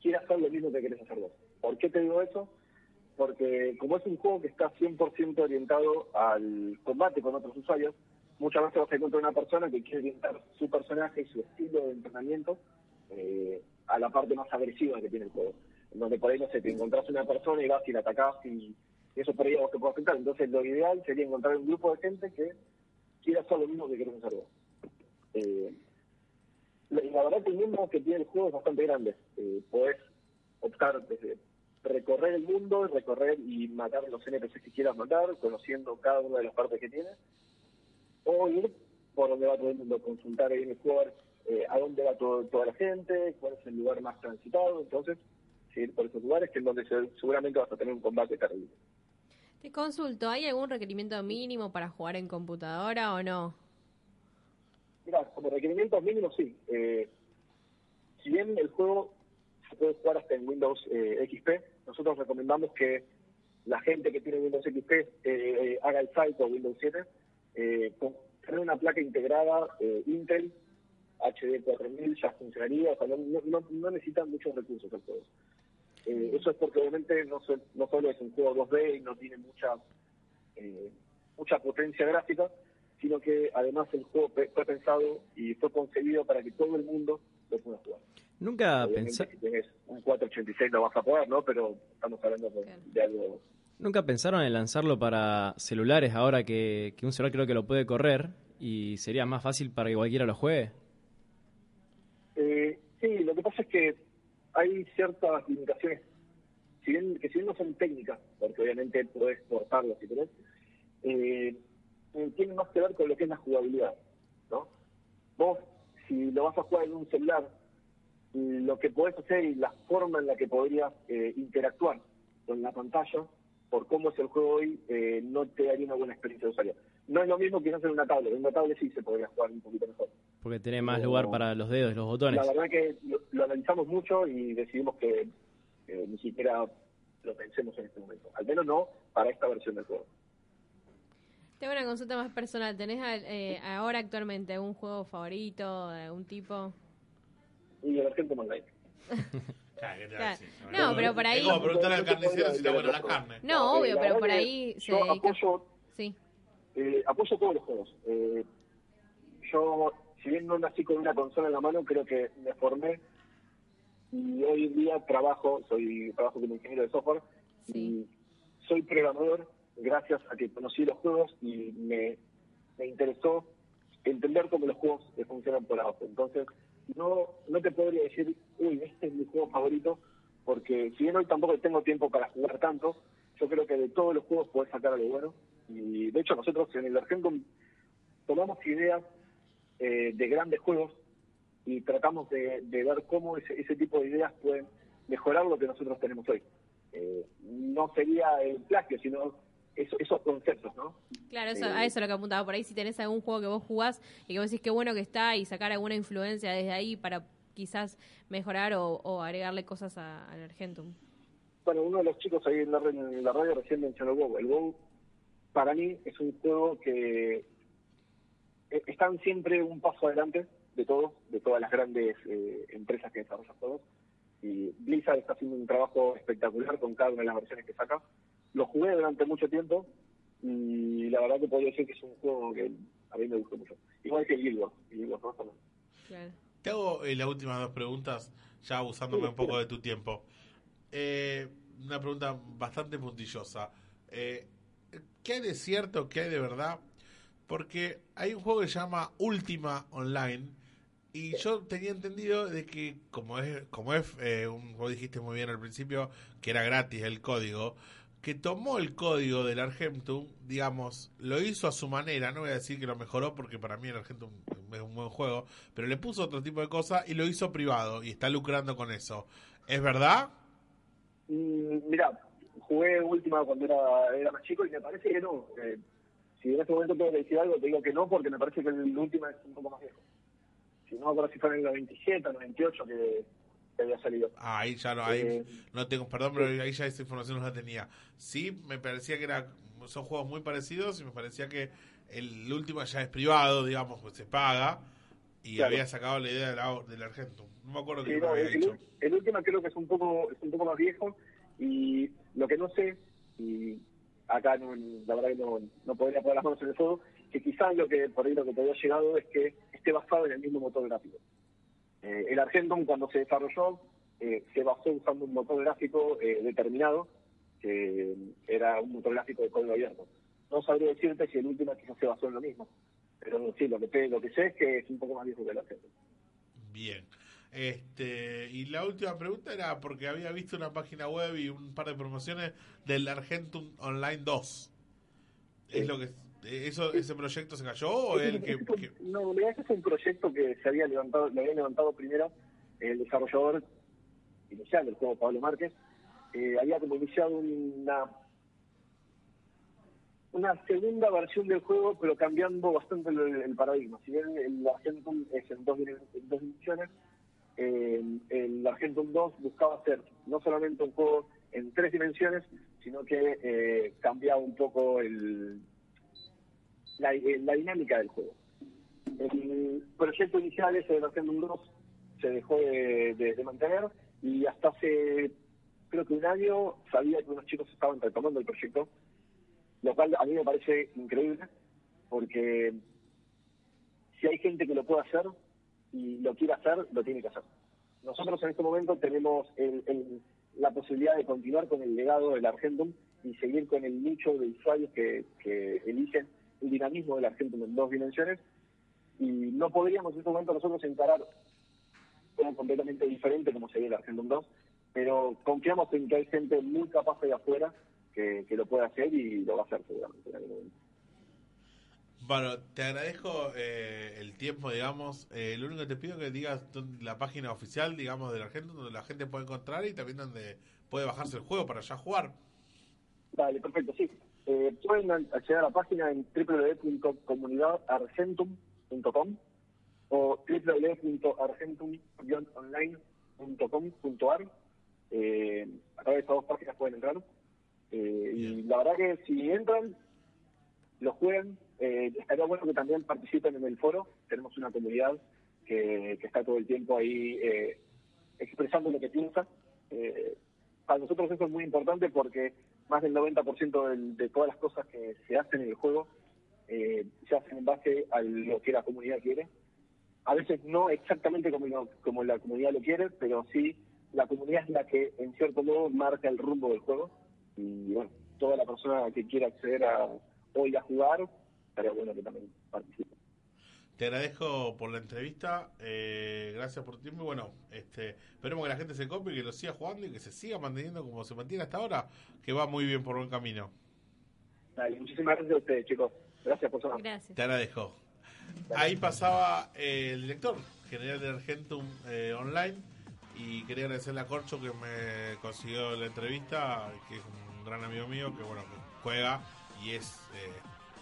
Speaker 2: quiera hacer lo mismo que querés hacer vos. ¿Por qué te digo eso? Porque como es un juego que está 100% orientado al combate con otros usuarios, muchas veces vas a encontrar una persona que quiere orientar su personaje y su estilo de entrenamiento eh, a la parte más agresiva que tiene el juego. En donde por ahí, no sé, te encontrás una persona y vas y la atacás y eso por ahí a vos te puede afectar. Entonces lo ideal sería encontrar un grupo de gente que quiera hacer lo mismo que querés hacer vos. Eh, la, la verdad que el mundo que tiene el juego es bastante grande. Eh, podés optar desde recorrer el mundo, recorrer y matar los NPCs que quieras matar, conociendo cada una de las partes que tiene, o ir por donde va todo el mundo, consultar en el jugador eh, a dónde va todo- toda la gente, cuál es el lugar más transitado, entonces ir por esos lugares que es donde se- seguramente vas a tener un combate terrible.
Speaker 14: Te consulto, ¿hay algún requerimiento mínimo para jugar en computadora o no?
Speaker 2: Mira, como requerimientos mínimos, sí. Eh, si bien el juego se puede jugar hasta en Windows eh, XP, nosotros recomendamos que la gente que tiene Windows XP eh, eh, haga el salto a Windows 7 eh, con tener una placa integrada eh, Intel HD4000 ya funcionaría, o sea, no, no- no- no necesitan muchos recursos el juego. Eh, eso es porque obviamente no, so- no solo es un juego 2D y no tiene mucha, eh, mucha potencia gráfica, sino que además el juego pe- fue pensado y fue concebido para que todo el mundo lo pueda jugar.
Speaker 13: Nunca
Speaker 2: Obviamente,
Speaker 13: pensé.
Speaker 2: si tienes un 486 no vas a poder, ¿no? Pero estamos hablando de, de algo...
Speaker 13: ¿Nunca pensaron en lanzarlo para celulares ahora que, que un celular creo que lo puede correr y sería más fácil para que cualquiera lo juegue?
Speaker 2: Eh, sí, lo que pasa es que hay ciertas limitaciones, si bien, que si bien no son técnicas, porque obviamente podés cortarlas si querés, eh, eh, tienen más que ver con lo que es la jugabilidad, ¿no? Vos, si lo vas a jugar en un celular, lo que podés hacer y la forma en la que podrías eh, interactuar con la pantalla, por cómo es el juego hoy, eh, no te daría una buena experiencia de usuario. No es lo mismo que no hacer una tablet, en una tablet sí se podría jugar un poquito mejor.
Speaker 13: Porque tiene más lugar para los dedos, los botones.
Speaker 2: La verdad que lo, lo analizamos mucho y decidimos que eh, ni siquiera lo pensemos en este momento. Al menos no para esta versión del juego.
Speaker 14: Tengo una consulta más personal. ¿Tenés al- eh, ahora actualmente algún juego favorito de algún tipo?
Speaker 2: Y el Argento Online.
Speaker 14: Claro. No, pero por ahí...
Speaker 12: Es como preguntarle al carnicero si está buena la carne.
Speaker 14: No,
Speaker 2: Eh,
Speaker 14: obvio,
Speaker 2: la
Speaker 14: pero
Speaker 2: verdad
Speaker 14: por
Speaker 2: que
Speaker 14: ahí se
Speaker 2: Yo
Speaker 14: dedica-
Speaker 2: apoyo,
Speaker 14: Sí.
Speaker 2: eh, apoyo todos los juegos. Eh, yo, si bien no nací con una consola en la mano, creo que me formé y hoy en día trabajo, soy trabajo como ingeniero de software y soy programador gracias a que conocí los juegos y me, me interesó entender cómo los juegos eh, funcionan por abajo. Entonces, no, no te podría decir, uy, este es mi juego favorito, porque si bien hoy tampoco tengo tiempo para jugar tanto, yo creo que de todos los juegos podés sacar algo bueno. Y de hecho nosotros en el Argentum tomamos ideas eh, de grandes juegos y tratamos de, de ver cómo ese, ese tipo de ideas pueden mejorar lo que nosotros tenemos hoy. Eh, no sería el plagio, sino eso- esos conceptos, ¿no?
Speaker 14: Claro, eso,
Speaker 2: Eh,
Speaker 14: a eso es lo que apuntaba. Por ahí, si tenés algún juego que vos jugás y que vos decís qué bueno que está y sacar alguna influencia desde ahí para quizás mejorar o, o agregarle cosas a- al Argentum.
Speaker 2: Bueno, uno de los chicos ahí en la, re- en la radio recién mencionó el WoW. El WoW, para mí, es un juego que eh, están siempre un paso adelante de todos, de todas las grandes eh, empresas que desarrollan juegos. Y Blizzard está haciendo un trabajo espectacular con cada una de las versiones que saca. Lo jugué durante mucho tiempo y la verdad que podría decir que es un juego que a mí me gustó mucho. Igual que el Guild Wars. el Guild Wars, ¿no? También.
Speaker 12: Te hago eh, las últimas dos preguntas, ya abusándome un poco de tu tiempo. Eh, una pregunta bastante puntillosa. Eh, ¿Qué hay de cierto, qué hay de verdad? Porque hay un juego que se llama Última Online y yo tenía entendido de que como es, como es eh, un, vos dijiste muy bien al principio que era gratis el código, que tomó el código del Argentum, digamos, lo hizo a su manera, no voy a decir que lo mejoró porque para mí el Argentum es un buen juego, pero le puso otro tipo de cosas y lo hizo privado y está lucrando con eso. ¿Es verdad?
Speaker 2: Mm, Mirá, jugué última cuando era, era más chico y me parece que no. Eh, si en este momento tengo que decir algo, te digo que no, porque me parece que el último es un poco más viejo. si no me acuerdo si fue en el 97 o 98 que, que había salido.
Speaker 12: Ah, ahí ya no, ahí no tengo, perdón, pero ahí ya esa información no la tenía. Sí, me parecía que era, son juegos muy parecidos y me parecía que el último ya es privado, digamos, pues se paga y
Speaker 2: Claro.
Speaker 12: había sacado la idea del, au- del Argentum. No me acuerdo
Speaker 2: Sí,
Speaker 12: qué
Speaker 2: no,
Speaker 12: había
Speaker 2: el,
Speaker 12: hecho.
Speaker 2: el- el último creo que es un poco es un poco más viejo y lo que no sé y acá no, la verdad que no, no podría poner las manos en el fuego que quizás lo que por ahí lo que te había llegado es que esté basado en el mismo motor gráfico Eh, el Argentum cuando se desarrolló eh, se basó usando un motor gráfico eh, determinado que eh, era un motor gráfico de código abierto no sabría decirte si el último quizás se basó en lo mismo pero sí lo que te- lo que sé es que es un poco más viejo que el Argentum
Speaker 12: Bien. Este, y la última pregunta era porque había visto una página web y un par de promociones del Argentum Online 2.
Speaker 2: Sí.
Speaker 12: ¿Es lo que eh, eso ese proyecto se cayó o el que, que-
Speaker 2: No, en realidad ese es un proyecto que se había levantado, lo había levantado primero el desarrollador inicial del juego, Pablo Márquez. Eh, había como iniciado una una segunda versión del juego, pero cambiando bastante el, el paradigma. Si bien el Argentum es en dos, dire- en dos dimensiones, eh, el Argentum 2 buscaba hacer no solamente un juego en tres dimensiones, sino que eh, cambiaba un poco el, la, eh, la dinámica del juego. El proyecto inicial ese de Argentum 2 se dejó de, de- de mantener y hasta hace creo que un año sabía que unos chicos estaban retomando el proyecto, lo cual a mí me parece increíble porque si hay gente que lo puede hacer y lo quiere hacer, lo tiene que hacer. Nosotros en este momento tenemos el- el- la posibilidad de continuar con el legado del Argentum y seguir con el nicho de usuarios que, que eligen el dinamismo del Argentum en dos dimensiones y no podríamos en este momento nosotros encarar algo completamente diferente como sería el Argentum 2, pero confiamos en que hay gente muy capaz de afuera que, que lo puede hacer y lo va a hacer seguramente en algún momento.
Speaker 12: bueno, te agradezco eh, el tiempo, digamos, eh, lo único que te pido es que digas dónde- la página oficial, digamos, del Argentum donde la gente puede encontrar y también donde puede bajarse el juego para ya jugar.
Speaker 2: Vale, perfecto, sí. Eh, pueden acceder a la página en www.comunidadargentum.com o www.argentum-online.com.ar. Eh, a través de esas dos páginas pueden entrar. Eh, y la verdad que si entran, lo juegan. Eh, estaría bueno que también participen en el foro. Tenemos una comunidad que, que está todo el tiempo ahí eh, expresando lo que piensa. Eh, para nosotros eso es muy importante porque más del 90% del- de todas las cosas que se hacen en el juego eh, se hacen en base a lo que la comunidad quiere. A veces no exactamente como, lo- como la comunidad lo quiere, pero sí la comunidad es la que en cierto modo marca el rumbo del juego. Y bueno, toda la persona que quiera acceder a hoy a jugar, estaría bueno que también participe.
Speaker 12: Te agradezco por la entrevista, eh, gracias por tu tiempo y bueno, este, esperemos que la gente se copie, que lo siga jugando y que se siga manteniendo como se mantiene hasta ahora, que va muy bien por buen camino.
Speaker 2: Dale, muchísimas gracias a ustedes, chicos. Gracias por su
Speaker 14: Gracias.
Speaker 12: Te agradezco. Ahí pasaba eh, el director general de Argentum eh, Online y quería agradecerle a Corcho que me consiguió la entrevista, que es un gran amigo mío, que bueno, que juega y es eh,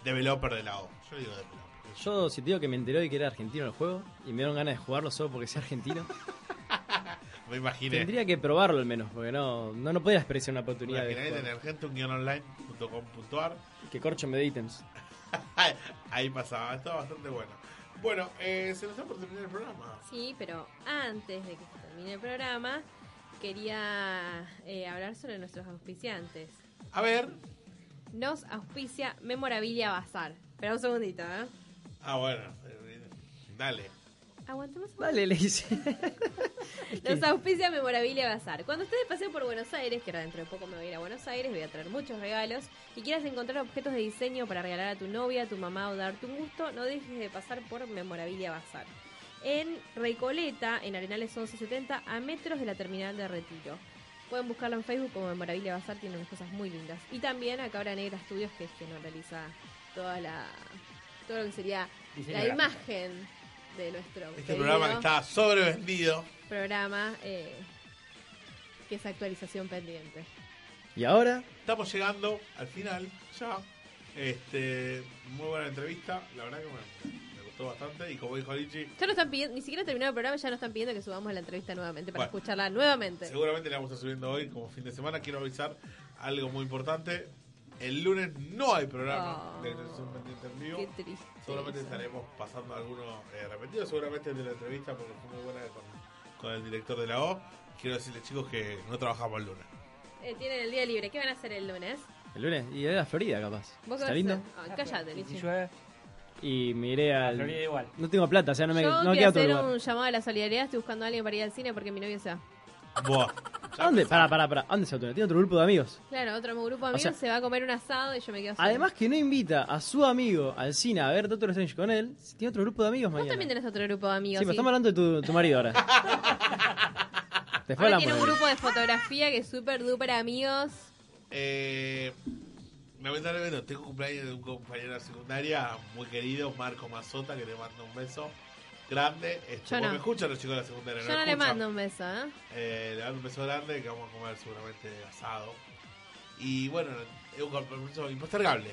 Speaker 12: developer de la O. Yo le digo developer.
Speaker 13: Yo, si te digo que me enteré hoy que era argentino el juego y me dieron ganas de jugarlo solo porque sea argentino,
Speaker 12: Me imaginé.
Speaker 13: tendría que probarlo al menos, porque no, no, no podía desperdiciar una oportunidad. de
Speaker 12: Imagináis en
Speaker 13: jugarlo.
Speaker 12: argentum-online.com.ar
Speaker 13: Que corcho me dé ítems.
Speaker 12: Ahí pasaba, estaba bastante bueno. Bueno, eh, se nos está por terminar el programa.
Speaker 14: Sí, pero antes de que se termine el programa, quería eh, hablar sobre nuestros auspiciantes.
Speaker 12: A ver.
Speaker 14: Nos auspicia Memorabilia Bazar. Espera un segundito, ¿eh?
Speaker 12: Ah, bueno. eh, Dale.
Speaker 14: Aguantemos.
Speaker 13: Dale, le hice.
Speaker 14: Nos auspicia Memorabilia Bazar. Cuando ustedes paseen por Buenos Aires, que ahora dentro de poco me voy a ir a Buenos Aires, voy a traer muchos regalos, y quieras encontrar objetos de diseño para regalar a tu novia, a tu mamá o darte un gusto, no dejes de pasar por Memorabilia Bazar. En Recoleta, en Arenales 1170, a metros de la terminal de retiro. Pueden buscarlo en Facebook como Memorabilia Bazar, tiene unas cosas muy lindas. Y también a Cabra Negra Studios, que es quien realiza toda la, todo lo que sería
Speaker 12: Diseño
Speaker 14: la
Speaker 12: gráfico.
Speaker 14: imagen de nuestro
Speaker 12: Este
Speaker 14: querido-
Speaker 12: programa que está sobrevendido.
Speaker 14: programa eh, que es actualización pendiente.
Speaker 13: Y ahora,
Speaker 12: Estamos llegando al final ya. Este, muy buena entrevista. La verdad que me, me gustó. gustó bastante y como dijo Lichi,
Speaker 14: Ya no están pidiendo, ni siquiera terminado el programa, ya nos están pidiendo que subamos la entrevista nuevamente para
Speaker 12: Bueno.
Speaker 14: escucharla nuevamente.
Speaker 12: seguramente la vamos a estar subiendo hoy como fin de semana. Quiero avisar algo muy importante. El lunes no hay programa
Speaker 14: Oh,
Speaker 12: de Televisión Pendiente en vivo.
Speaker 14: Qué triste.
Speaker 12: Solamente estaremos pasando algunos eh, repetidos, seguramente el de la entrevista, porque fue muy buena con, con el director de la O. Quiero decirles, chicos, que no trabajamos el lunes.
Speaker 14: Eh, tienen el día libre. ¿Qué van a hacer el lunes?
Speaker 13: El lunes. Y de la Florida, capaz.
Speaker 14: ¿Vos
Speaker 13: ¿Está
Speaker 14: qué
Speaker 13: lindo?
Speaker 14: vas a hacer? Ah, cállate, Lichi.
Speaker 13: Y me iré al.
Speaker 4: Florida igual.
Speaker 13: No tengo plata, o sea, no me
Speaker 14: Yo
Speaker 13: no
Speaker 14: quiero
Speaker 13: queda otro
Speaker 14: hacer
Speaker 13: lugar.
Speaker 14: un llamado a la solidaridad. Estoy buscando a alguien para ir al cine porque mi novio se va.
Speaker 12: Buah.
Speaker 13: ¿A dónde? Pará, pará, pará. ¿A ¿Dónde se va? Tiene otro grupo de amigos.
Speaker 14: Claro, otro grupo de amigos
Speaker 13: sea-
Speaker 14: se va a comer un asado y yo me quedo sola.
Speaker 13: Además que no invita a su amigo al cine a ver Doctor Strange con él, si tiene otro grupo de amigos
Speaker 14: Vos
Speaker 13: mañana.
Speaker 14: también tenés otro grupo de
Speaker 13: sí, pues
Speaker 14: amigos.
Speaker 13: pero estamos hablando de tu, tu marido ahora. Después
Speaker 14: Ahora
Speaker 13: hablamos
Speaker 14: tiene un
Speaker 13: de él.
Speaker 14: grupo de fotografía que es súper duper amigos.
Speaker 12: Eh, lamentablemente no, tengo cumpleaños de un compañero de secundaria muy querido, Marco Mazota, que le mando un beso grande. Este,
Speaker 14: Yo
Speaker 12: porque
Speaker 14: no.
Speaker 12: Me escuchan los chicos de la secundaria.
Speaker 14: Yo
Speaker 12: me
Speaker 14: no le
Speaker 12: escuchan.
Speaker 14: mando un beso, ¿eh?
Speaker 12: Eh, le mando un beso grande que vamos a comer seguramente asado. Y bueno, es un compromiso impostergable.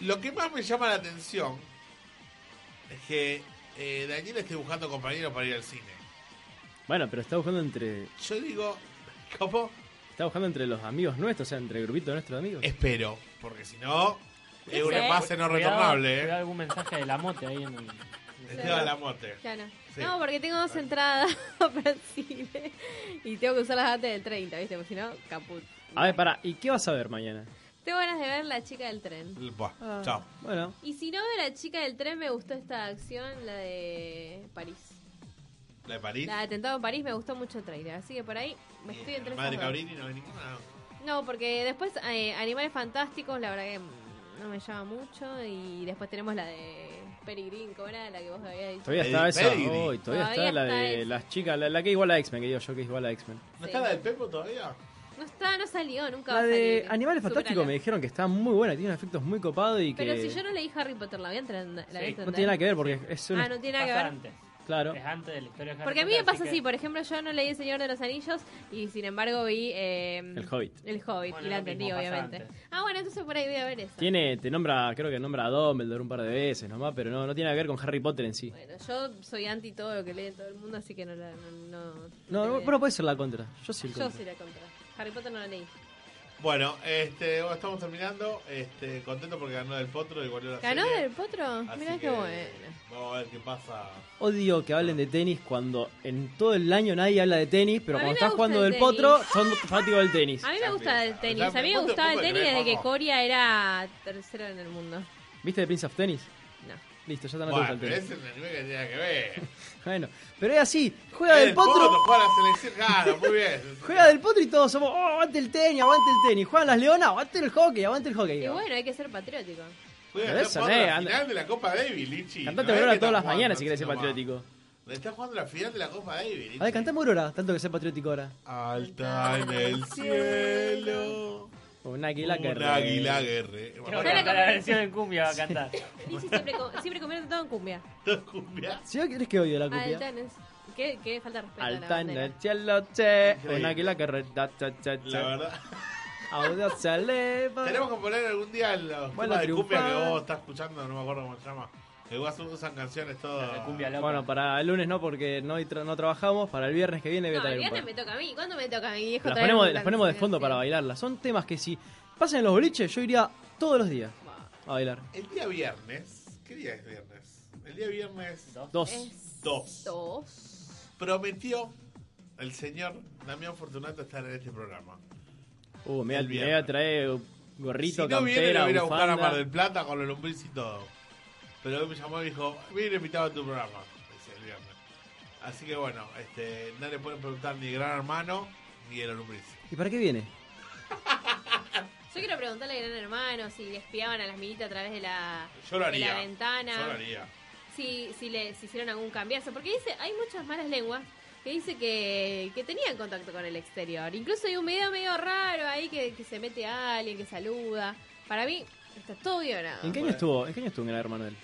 Speaker 12: Lo que más me llama la atención es que eh, Daniel esté buscando compañeros para ir al cine.
Speaker 13: Bueno, pero está buscando entre.
Speaker 12: Yo digo, ¿cómo?
Speaker 13: Está buscando entre los amigos nuestros, o sea, entre el grupito de nuestros amigos.
Speaker 12: Espero, porque si no, es un
Speaker 4: sé?
Speaker 12: pase no
Speaker 4: Cuidado,
Speaker 12: retornable. eh.
Speaker 4: cuidado algún mensaje de la mote ahí en el.
Speaker 12: Esteban Lamote.
Speaker 14: Claro.
Speaker 12: Sí.
Speaker 14: No, porque tengo dos entradas para el cine y tengo que usarlas antes del 30, ¿viste? Porque si no, caput.
Speaker 13: A ver, pará, ¿y qué vas a ver mañana?
Speaker 14: Tengo ganas de ver La Chica del Tren.
Speaker 12: Buah,
Speaker 14: Ah.
Speaker 12: chao.
Speaker 13: Bueno,
Speaker 14: Y si no veo La Chica del Tren, me gustó esta acción, la de París.
Speaker 12: La de París.
Speaker 14: La de Atentado en París me gustó mucho el trailer, así que por ahí me estoy entre esas
Speaker 12: Madre
Speaker 14: dos.
Speaker 12: Cabrini, no hay ninguna.
Speaker 14: No, porque después eh, Animales Fantásticos, la verdad que mm, no me llama mucho. Y después tenemos la de Peregrine, ¿cómo era la que vos habías dicho?
Speaker 13: todavía está esa.
Speaker 12: Pedigree.
Speaker 13: Uy, todavía, está la de las chicas, la, la que es igual a X-Men, que digo yo que es igual a X-Men.
Speaker 12: ¿No está la del Pepo todavía?
Speaker 14: No está, no salió, nunca va
Speaker 13: La
Speaker 14: a
Speaker 13: de
Speaker 14: salir.
Speaker 13: Animales Fantásticos
Speaker 14: Superala.
Speaker 13: me dijeron que está muy buena, tiene efectos muy copados y que.
Speaker 14: Pero si yo no leí Harry Potter, la voy a entender. la voy a
Speaker 13: no
Speaker 14: entender.
Speaker 13: tiene nada que ver porque es una.
Speaker 14: Ah, no tiene nada que
Speaker 4: Pasa
Speaker 14: ver.
Speaker 4: antes.
Speaker 13: Claro.
Speaker 4: Es antes de la historia de Harry
Speaker 14: Porque a mí
Speaker 4: Potter,
Speaker 14: me pasa
Speaker 4: que-
Speaker 14: así, por ejemplo, yo no leí El Señor de los Anillos y sin embargo vi... eh,
Speaker 13: El Hobbit.
Speaker 14: El Hobbit,
Speaker 4: Bueno, lo
Speaker 14: y la
Speaker 4: mismo,
Speaker 14: entendí,
Speaker 4: pasa
Speaker 14: obviamente.
Speaker 4: antes.
Speaker 14: Ah, bueno, entonces por ahí voy a ver eso.
Speaker 13: Tiene, te nombra, creo que nombra a Dumbledore un par de veces nomás, pero no, no tiene nada que ver con Harry Potter en sí.
Speaker 14: Bueno, yo soy anti todo lo que lee todo el mundo, así que no la... No, no-
Speaker 13: No, no,
Speaker 14: eh,
Speaker 13: bueno, puede ser la contra. Yo sí el
Speaker 14: Yo
Speaker 13: contra.
Speaker 14: soy la contra. Harry Potter no la leí.
Speaker 12: Bueno, este, bueno, estamos terminando. Este, contento porque ganó del Potro y volvió la
Speaker 14: ¿Ganó
Speaker 12: serie.
Speaker 14: del Potro?
Speaker 12: Así
Speaker 14: Mirá
Speaker 12: que
Speaker 14: qué bueno.
Speaker 12: Vamos a ver qué pasa.
Speaker 13: Odio que hablen de tenis cuando en todo el año nadie habla de tenis, pero
Speaker 14: A mí
Speaker 13: cuando
Speaker 14: me
Speaker 13: estás
Speaker 14: gusta
Speaker 13: jugando
Speaker 14: el
Speaker 13: del
Speaker 14: tenis.
Speaker 13: potro, son fanáticos del tenis.
Speaker 14: A mí me gusta el tenis. A mí me
Speaker 12: ¿Cuánto-
Speaker 14: gustaba el
Speaker 12: cuánto
Speaker 14: tenis
Speaker 12: le
Speaker 14: desde que
Speaker 12: vamos?
Speaker 14: Coria era tercero en el mundo.
Speaker 13: ¿Viste The Prince of Tennis?
Speaker 14: No.
Speaker 13: Listo, ya está no te gusta
Speaker 12: Bueno,
Speaker 13: el
Speaker 12: pero
Speaker 13: tenis.
Speaker 12: ese es el anime que tenía que ver.
Speaker 13: Bueno, pero es así, juega del
Speaker 12: El
Speaker 13: potro,
Speaker 12: juega la selección. Claro, muy bien.
Speaker 13: juega del potro y todos somos, oh, aguante el tenis, aguante el tenis, juegan las leonas, aguante el hockey, aguante el hockey.
Speaker 14: Y bueno, hay que ser patriótico.
Speaker 12: Fue
Speaker 13: Pero
Speaker 12: a
Speaker 13: eso
Speaker 12: la
Speaker 13: no es,
Speaker 12: final
Speaker 13: anda-
Speaker 12: de la Copa Davis, Lichi.
Speaker 13: Cantate
Speaker 12: No es
Speaker 13: Aurora
Speaker 12: que
Speaker 13: todas las
Speaker 12: está
Speaker 13: mañanas
Speaker 12: jugando
Speaker 13: si querés ser
Speaker 12: así
Speaker 13: patriótico.
Speaker 12: nomás. Está jugando la final de la Copa Davis, Lichi.
Speaker 13: A ver, cantame Aurora, tanto que ser patriótico ahora.
Speaker 12: Alta en el cielo.
Speaker 13: Un águila que
Speaker 12: Un
Speaker 13: re-
Speaker 12: águila guerre.
Speaker 4: Creo que la versión en cumbia va a cantar.
Speaker 14: Lichi siempre, co- siempre comiendo todo en cumbia.
Speaker 13: Si no querés que odio la copia.
Speaker 14: Altanes. ¿Qué, qué falta de respeto a la
Speaker 13: Alta en
Speaker 14: bandera.
Speaker 13: el cielo, che.
Speaker 12: Increíble.
Speaker 13: Un águila que reta, cha, cha, cha.
Speaker 12: La verdad.
Speaker 13: Audio se eleva.
Speaker 12: Tenemos que poner algún día los
Speaker 13: Bueno,
Speaker 12: temas de cumbia que
Speaker 13: triunfar.
Speaker 12: vos estás escuchando, no me acuerdo cómo se llama. Que vos usan canciones todas.
Speaker 13: Bueno, para el lunes no, porque no, hay tra- no trabajamos. Para el viernes que viene
Speaker 14: No,
Speaker 13: voy a
Speaker 14: el
Speaker 13: traer un
Speaker 14: viernes
Speaker 13: par.
Speaker 14: me toca a mí. ¿Cuándo me toca a mí, viejo?
Speaker 13: Las
Speaker 14: traer
Speaker 13: ponemos,
Speaker 14: un
Speaker 13: las ponemos de
Speaker 14: canción?
Speaker 13: fondo para bailarlas. Son temas que si pasan en los boliches, yo iría todos los días a bailar.
Speaker 12: El día viernes. ¿Qué día es viernes? El día viernes.
Speaker 13: Dos.
Speaker 14: Es-
Speaker 12: Dos.
Speaker 14: Dos.
Speaker 12: Prometió el señor Damián Fortunato estar en este programa.
Speaker 13: Uh, me
Speaker 12: El
Speaker 13: voy a- me voy a traer un gorrito,
Speaker 12: si no viene,
Speaker 13: campera,
Speaker 12: lo voy a buscar a
Speaker 13: bufanda.
Speaker 12: Mar del Plata con los lombriz y todo. Pero hoy me llamó y me dijo, viene invitado a tu programa. Dice el viernes. Así que bueno, este, no le pueden preguntar ni Gran Hermano ni el lombriz.
Speaker 13: ¿Y para qué viene?
Speaker 14: Yo quiero preguntarle a Gran Hermano si le espiaban a las minitas a través de la,
Speaker 12: Yo lo
Speaker 14: de la
Speaker 12: haría.
Speaker 14: ventana.
Speaker 12: Yo lo haría.
Speaker 14: si, si le si hicieron algún cambiazo. Porque dice, hay muchas malas lenguas que dice que, que tenían contacto con el exterior. Incluso hay un video medio raro ahí que, que se mete a alguien, que saluda. Para mí, está todo guionado.
Speaker 13: ¿En qué año estuvo? ¿En qué año estuvo en el hermano de él?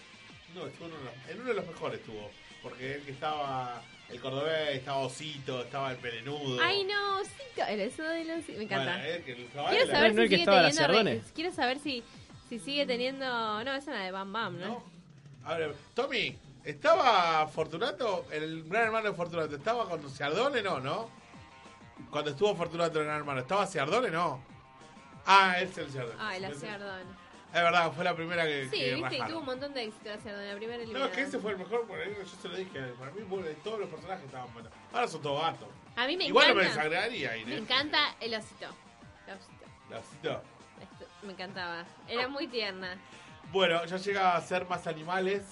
Speaker 12: No, estuvo en uno, de los- en uno de los mejores estuvo. Porque el que estaba, el cordobés, estaba Osito, estaba el pelenudo.
Speaker 14: Ay, no, sí, el eso de los... Me encanta.
Speaker 12: Bueno, eh, el que el
Speaker 14: quiero,
Speaker 12: caballo-
Speaker 14: saber
Speaker 13: no, no, el
Speaker 14: si
Speaker 13: que
Speaker 14: sigue
Speaker 13: estaba la
Speaker 14: teniendo re-
Speaker 13: Cerdone.
Speaker 14: quiero saber si si sigue teniendo... No, esa es una de Bam Bam, ¿no?
Speaker 12: A ver, Tommy, ¿Estaba Fortunato, el gran hermano de Fortunato, estaba con Ciardone? No, ¿no? Cuando estuvo Fortunato el gran hermano, ¿estaba Ciardone? No. Ah, es el Ciardone.
Speaker 14: Ay, la
Speaker 12: Es-
Speaker 14: Ciardón.
Speaker 12: Es verdad, fue la primera que.
Speaker 14: Sí,
Speaker 12: que
Speaker 14: viste, y
Speaker 12: rajaron.
Speaker 14: tuvo un montón de éxito la Ciardón, la primera
Speaker 12: No,
Speaker 14: eliminada.
Speaker 12: es que ese fue el mejor, por ahí yo se lo dije, para mí bueno, de todos los personajes estaban buenos. Ahora son todos gatos.
Speaker 14: A mí me
Speaker 12: Igual no me eh.
Speaker 14: encanta.
Speaker 12: desagradaría
Speaker 14: Me
Speaker 12: Inés.
Speaker 14: encanta el osito. El osito.
Speaker 12: La cita.
Speaker 14: Esto- me encantaba. Era muy tierna.
Speaker 12: Bueno, ya llega a ser más animales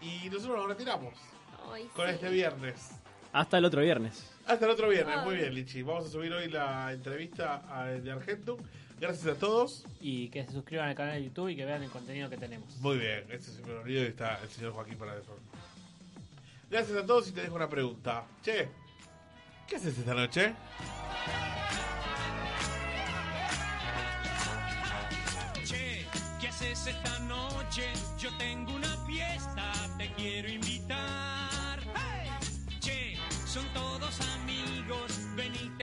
Speaker 12: y nosotros nos retiramos
Speaker 14: Ay,
Speaker 12: con
Speaker 14: sí.
Speaker 12: este viernes.
Speaker 13: Hasta el otro viernes.
Speaker 12: Hasta el otro viernes,
Speaker 14: Ay.
Speaker 12: muy bien, Lichi. Vamos a subir hoy la entrevista a- de Argentum. Gracias a todos.
Speaker 4: Y que se suscriban al canal de YouTube y que vean el contenido que tenemos.
Speaker 12: Muy bien, este se me olvidó y está el señor Joaquín para eso. Gracias a todos y te dejo una pregunta. Che, ¿qué haces esta noche?
Speaker 5: Che, ¿qué haces esta noche? Yo tengo una fiesta, te quiero invitar. Che, son todos amigos, venite.